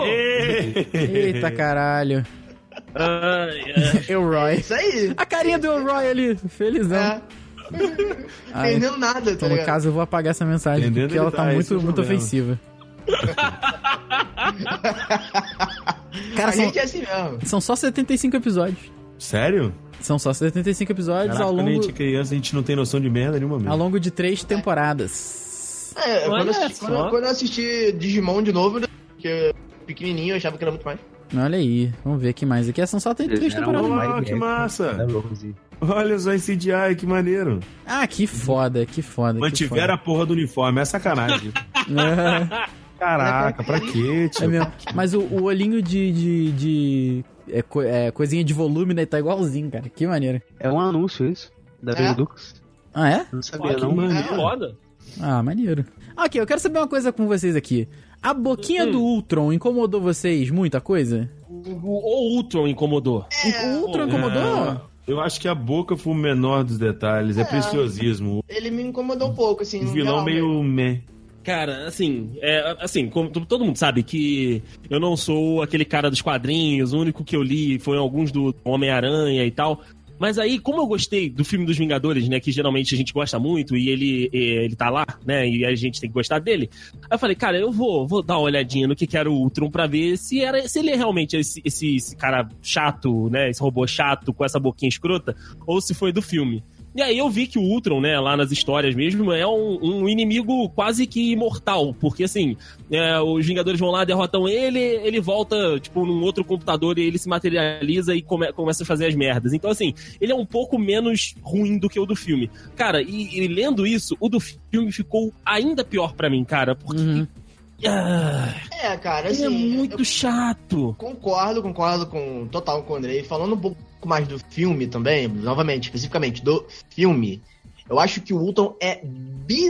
Speaker 2: Eita
Speaker 4: *laughs*
Speaker 2: caralho.
Speaker 3: Ai, ai.
Speaker 2: Elroy.
Speaker 4: Isso aí.
Speaker 2: *laughs* A carinha do Elroy ali, felizão.
Speaker 4: É.
Speaker 2: Ai,
Speaker 4: Entendendo nada, tá
Speaker 2: então, no
Speaker 4: ligado?
Speaker 2: caso, eu vou apagar essa mensagem,
Speaker 5: Entendendo
Speaker 2: porque ela
Speaker 5: que
Speaker 2: tá
Speaker 5: tá, esse é
Speaker 2: muito, muito
Speaker 5: o problema.
Speaker 4: *laughs*
Speaker 2: ofensiva. Cara,
Speaker 4: A
Speaker 2: são,
Speaker 4: gente é assim mesmo.
Speaker 2: são só 75 episódios.
Speaker 5: Sério?
Speaker 2: São só 75 episódios
Speaker 5: Caraca,
Speaker 2: ao
Speaker 5: quando a gente
Speaker 2: longo,
Speaker 5: é criança, a gente não tem noção de merda nenhuma
Speaker 2: ao
Speaker 5: mesmo.
Speaker 2: longo de três temporadas.
Speaker 4: É, quando, eu
Speaker 3: Olha
Speaker 4: assisti, quando,
Speaker 3: só.
Speaker 4: eu- quando eu assisti Digimon de novo, né, que eu- pequenininho, eu achava que era muito mais.
Speaker 2: Olha aí, vamos ver o que mais aqui. É, São só três três
Speaker 6: Era
Speaker 2: temporadas.
Speaker 6: uma-
Speaker 5: Uau, que
Speaker 6: Da
Speaker 5: massa!
Speaker 6: Rose.
Speaker 5: Olha só esse CGI, que maneiro.
Speaker 2: Ah, que foda, que foda.
Speaker 5: Mantiveram a porra do uniforme, é sacanagem.
Speaker 2: que *laughs* foda.
Speaker 5: *laughs* Caraca, pra quê,
Speaker 2: É
Speaker 5: tio?
Speaker 2: mesmo. Mas o, o olhinho de. de, de- é, co- é, coisinha de volume, né? Tá igualzinho, cara. Que maneiro.
Speaker 6: É um anúncio isso, da
Speaker 4: É?
Speaker 6: Veredux.
Speaker 2: Ah, é?
Speaker 6: Não
Speaker 3: Ó,
Speaker 6: sabia,
Speaker 3: que
Speaker 6: não.
Speaker 3: maneiro. Foda.
Speaker 2: Ah, maneiro. Ok, eu quero saber uma coisa com vocês aqui. A boquinha do Ultron incomodou vocês muita coisa?
Speaker 3: O o Ultron incomodou.
Speaker 4: É.
Speaker 2: o Ultron incomodou?
Speaker 5: Eu acho que a boca foi o menor dos detalhes, é, preciosismo.
Speaker 4: Ele me incomodou um pouco, assim.
Speaker 5: O
Speaker 4: no geral,
Speaker 5: vilão meio meh.
Speaker 3: Cara, assim, é, assim, como to- todo mundo sabe que eu não sou aquele cara dos quadrinhos, o único que eu li foi alguns do Homem-Aranha e tal. Mas aí, como eu gostei do filme dos Vingadores, né, que geralmente a gente gosta muito e ele, eh, ele tá lá, né, e a gente tem que gostar dele, aí eu falei, cara, eu vou, vou dar uma olhadinha no que que era o Ultron pra ver se, era, se ele é realmente esse, esse, esse cara chato, né, esse robô chato com essa boquinha escrota, ou se foi do filme. E aí eu vi que o Ultron, né, lá nas histórias mesmo, é um, um inimigo quase que imortal, porque assim, é, os Vingadores vão lá, derrotam ele, ele volta, tipo, num outro computador e ele se materializa e come- começa a fazer as merdas. Então, assim, ele é um pouco menos ruim do que o do filme. Cara, e, e lendo isso, o do filme ficou ainda pior pra mim, cara, porque
Speaker 2: Uhum.
Speaker 3: ah,
Speaker 4: É, cara,
Speaker 3: ele
Speaker 4: assim.
Speaker 3: é muito chato.
Speaker 4: Concordo, concordo com total com o Andrei. Falando um pouco mais do filme também, novamente, especificamente do filme, eu acho que o Ultron é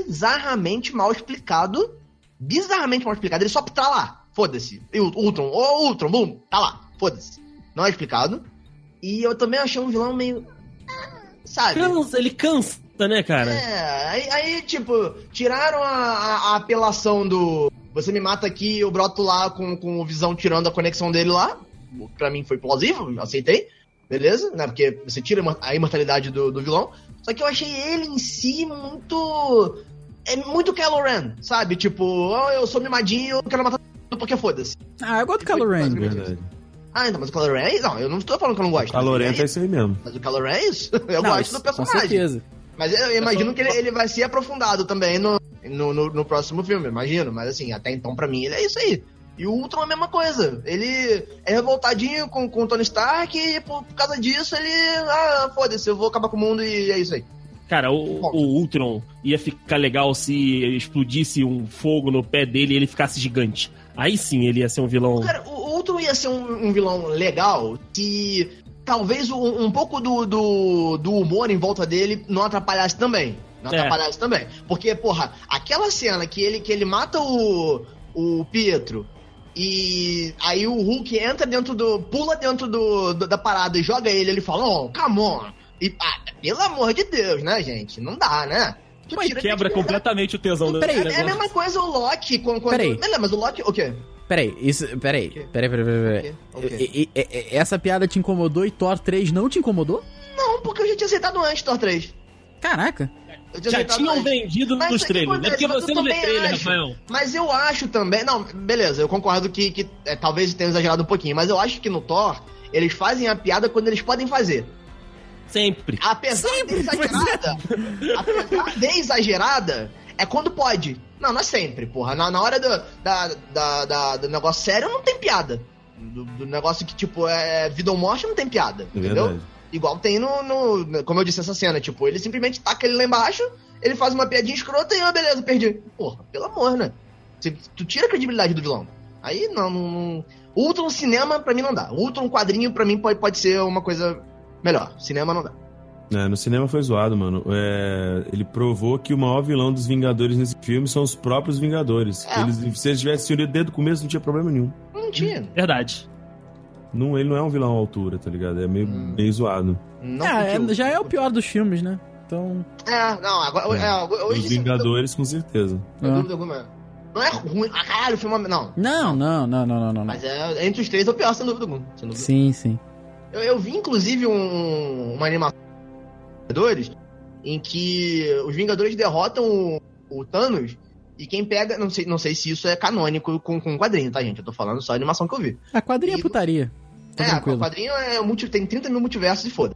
Speaker 4: bizarramente mal explicado. Bizarramente mal explicado. Ele só tá lá. Foda-se. E o Ultron, ô Ultron, bum, tá lá. Foda-se. Não é explicado. E eu também achei um vilão meio. ah, Sabe?
Speaker 3: Cansa, ele cansa, né, cara?
Speaker 4: É, aí, aí, tipo, tiraram a, a- a apelação do você me mata aqui eu broto lá com, com o Visão tirando a conexão dele lá. O que Pra mim foi plausível, aceitei. Beleza? Né? Porque você tira a imor- a imortalidade do, do vilão. Só que eu achei ele em si muito. É muito Kylo Ren, sabe? Tipo, oh, eu sou mimadinho, eu quero matar todo mundo porque foda-se.
Speaker 2: Ah, eu gosto do Kylo Ren.
Speaker 5: Verdade.
Speaker 4: Ah, então, mas o Kylo Ren é isso? Não, eu não tô falando que eu não gosto.
Speaker 5: A Lorenta é
Speaker 4: mas,
Speaker 5: isso aí mesmo.
Speaker 4: mas o Kylo Ren é isso. *laughs* Eu
Speaker 2: Não,
Speaker 4: gosto
Speaker 2: isso-
Speaker 4: do
Speaker 2: Com
Speaker 4: personagem.
Speaker 2: certeza.
Speaker 4: Mas eu imagino que ele, ele vai ser aprofundado também no, no, no- no próximo filme, imagino. Mas assim, até então, pra mim, ele é isso aí. E o Ultron é a mesma coisa. Ele é revoltadinho com, com o Tony Stark e por, por causa disso ele. Ah, foda-se, eu vou acabar com o mundo e é isso aí.
Speaker 3: Cara, o, o Ultron ia ficar legal se explodisse um fogo no pé dele e ele ficasse gigante. Aí sim ele ia ser um vilão.
Speaker 4: Cara, o o Ultron ia ser um, um vilão legal se talvez um, um pouco do, do, do humor em volta dele não atrapalhasse também. Não
Speaker 3: É.
Speaker 4: atrapalhasse também. Porque, porra, aquela cena que ele, que ele mata o, o Pietro e aí o Hulk entra dentro do. pula dentro do, do- da parada e joga ele, ele fala, oh, come on. E, ah, pelo amor de Deus, né, gente? Não dá, né? Tu
Speaker 3: Mas
Speaker 4: tira-
Speaker 3: quebra né? completamente o tesão do
Speaker 2: Peraí,
Speaker 4: É, é a mesma coisa o Loki quando. quando...
Speaker 2: Peraí.
Speaker 4: Não, mas o Loki. O quê?
Speaker 2: Peraí, isso. Peraí, peraí, peraí, peraí. peraí.
Speaker 4: O quê?
Speaker 2: E- e- e- e- essa piada te incomodou e Thor 3 não te incomodou?
Speaker 4: Não, porque eu já tinha aceitado antes Thor 3.
Speaker 2: Caraca.
Speaker 4: Eu
Speaker 3: Já um
Speaker 4: aceitado
Speaker 3: tinham
Speaker 4: antes.
Speaker 3: vendido
Speaker 4: Mas
Speaker 3: nos
Speaker 4: sabe o que
Speaker 3: trailers. É
Speaker 4: acontece?
Speaker 3: porque você
Speaker 4: Mas eu
Speaker 3: não vê
Speaker 4: também
Speaker 3: trailer,
Speaker 4: acho.
Speaker 3: Rafael.
Speaker 4: Mas eu acho também. Não, beleza, eu concordo que, que é, talvez tenha exagerado um pouquinho, mas eu acho que no Thor eles fazem a piada quando eles podem fazer.
Speaker 3: Sempre. é.
Speaker 4: Apesar de exagerada, apesar de exagerada, é quando pode. Não, não é sempre, porra. Na, na hora do, da, da- da- do negócio sério não tem piada. Do, do negócio que, tipo, é vida ou morte não tem piada.
Speaker 5: É
Speaker 4: entendeu?
Speaker 5: verdade.
Speaker 4: Igual tem no, no- Como eu disse essa cena, tipo, ele simplesmente taca ele lá embaixo, ele faz uma piadinha escrota e, ah, beleza, perdi. Porra, pelo amor, né? Você- tu tira a credibilidade do vilão. Aí não, não, não. Ultron cinema, pra mim, não dá. Ultron quadrinho, pra mim, pode, pode ser uma coisa melhor. Cinema não dá.
Speaker 5: É, no cinema foi zoado, mano. É, ele provou que o maior vilão dos Vingadores nesse filme são os próprios Vingadores.
Speaker 4: É.
Speaker 5: Eles, se eles tivessem se unido desde o começo, não tinha problema nenhum.
Speaker 4: Não tinha.
Speaker 3: Verdade.
Speaker 5: Não, ele não é um vilão à altura, tá ligado? É meio,
Speaker 4: Hum.
Speaker 5: meio zoado.
Speaker 4: Não
Speaker 2: Ah, é-
Speaker 4: curtiu.
Speaker 2: já é o pior dos filmes, né? Então.
Speaker 4: É, não, agora. É, hoje
Speaker 5: Os
Speaker 4: sem dúvida-
Speaker 5: Vingadores, com certeza.
Speaker 4: sem
Speaker 2: é.
Speaker 4: dúvida alguma. Não é ruim. Ah, caralho, o filme. é- Não.
Speaker 2: Não, não, não, não, não, não. não.
Speaker 4: Mas é, entre os três é o pior, sem dúvida alguma. Sem dúvida.
Speaker 2: Sim, sim.
Speaker 4: Eu, eu vi, inclusive, um, uma animação dos Vingadores em que os Vingadores derrotam o, o Thanos e quem pega. Não sei, não sei se isso é canônico com, com quadrinho, tá, gente? Eu tô falando só a animação que eu vi.
Speaker 2: A quadrinha é putaria. Tá
Speaker 4: é, o
Speaker 2: tranquilo.
Speaker 4: quadrinho é multi, tem 30 mil multiversos e foda.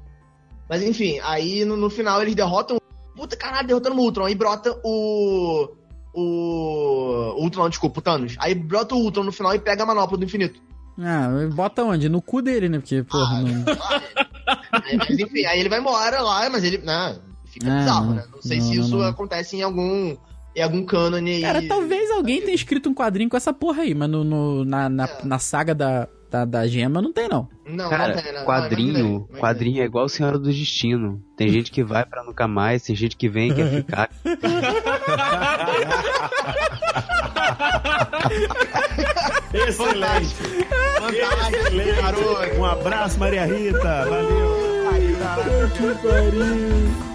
Speaker 4: Mas enfim, aí no, no final eles derrotam. Puta caralho, derrotando o Ultron. Aí brota o. O. o Ultron, desculpa, o Thanos. Aí brota o Ultron no final e pega a manopla do infinito.
Speaker 2: Ah, bota onde? No cu dele, né? Porque,
Speaker 4: Ah,
Speaker 2: porra, não.
Speaker 4: Aí, mas enfim, aí ele vai embora lá, mas ele. Né, fica
Speaker 2: Ah,
Speaker 4: bizarro,
Speaker 2: não.
Speaker 4: né? Não sei
Speaker 2: Não,
Speaker 4: se
Speaker 2: não,
Speaker 4: isso
Speaker 2: não.
Speaker 4: acontece em algum. em algum cânone. aí.
Speaker 2: Cara, talvez alguém tenha escrito um quadrinho com essa porra aí, mas no, no- na, na,
Speaker 4: É.
Speaker 2: na saga da, da, da gema não tem, não.
Speaker 4: Não,
Speaker 6: Cara,
Speaker 4: não tem, né?
Speaker 6: quadrinho,
Speaker 4: Não, imaginei, imaginei.
Speaker 6: quadrinho é igual Senhora do Destino. Tem gente que vai pra nunca mais, tem gente que vem e quer ficar.
Speaker 5: Excelente!
Speaker 4: Fantástico, garoto.
Speaker 5: Um abraço, Maria Rita! Valeu!
Speaker 4: Aí, caralho.
Speaker 2: Que pariu.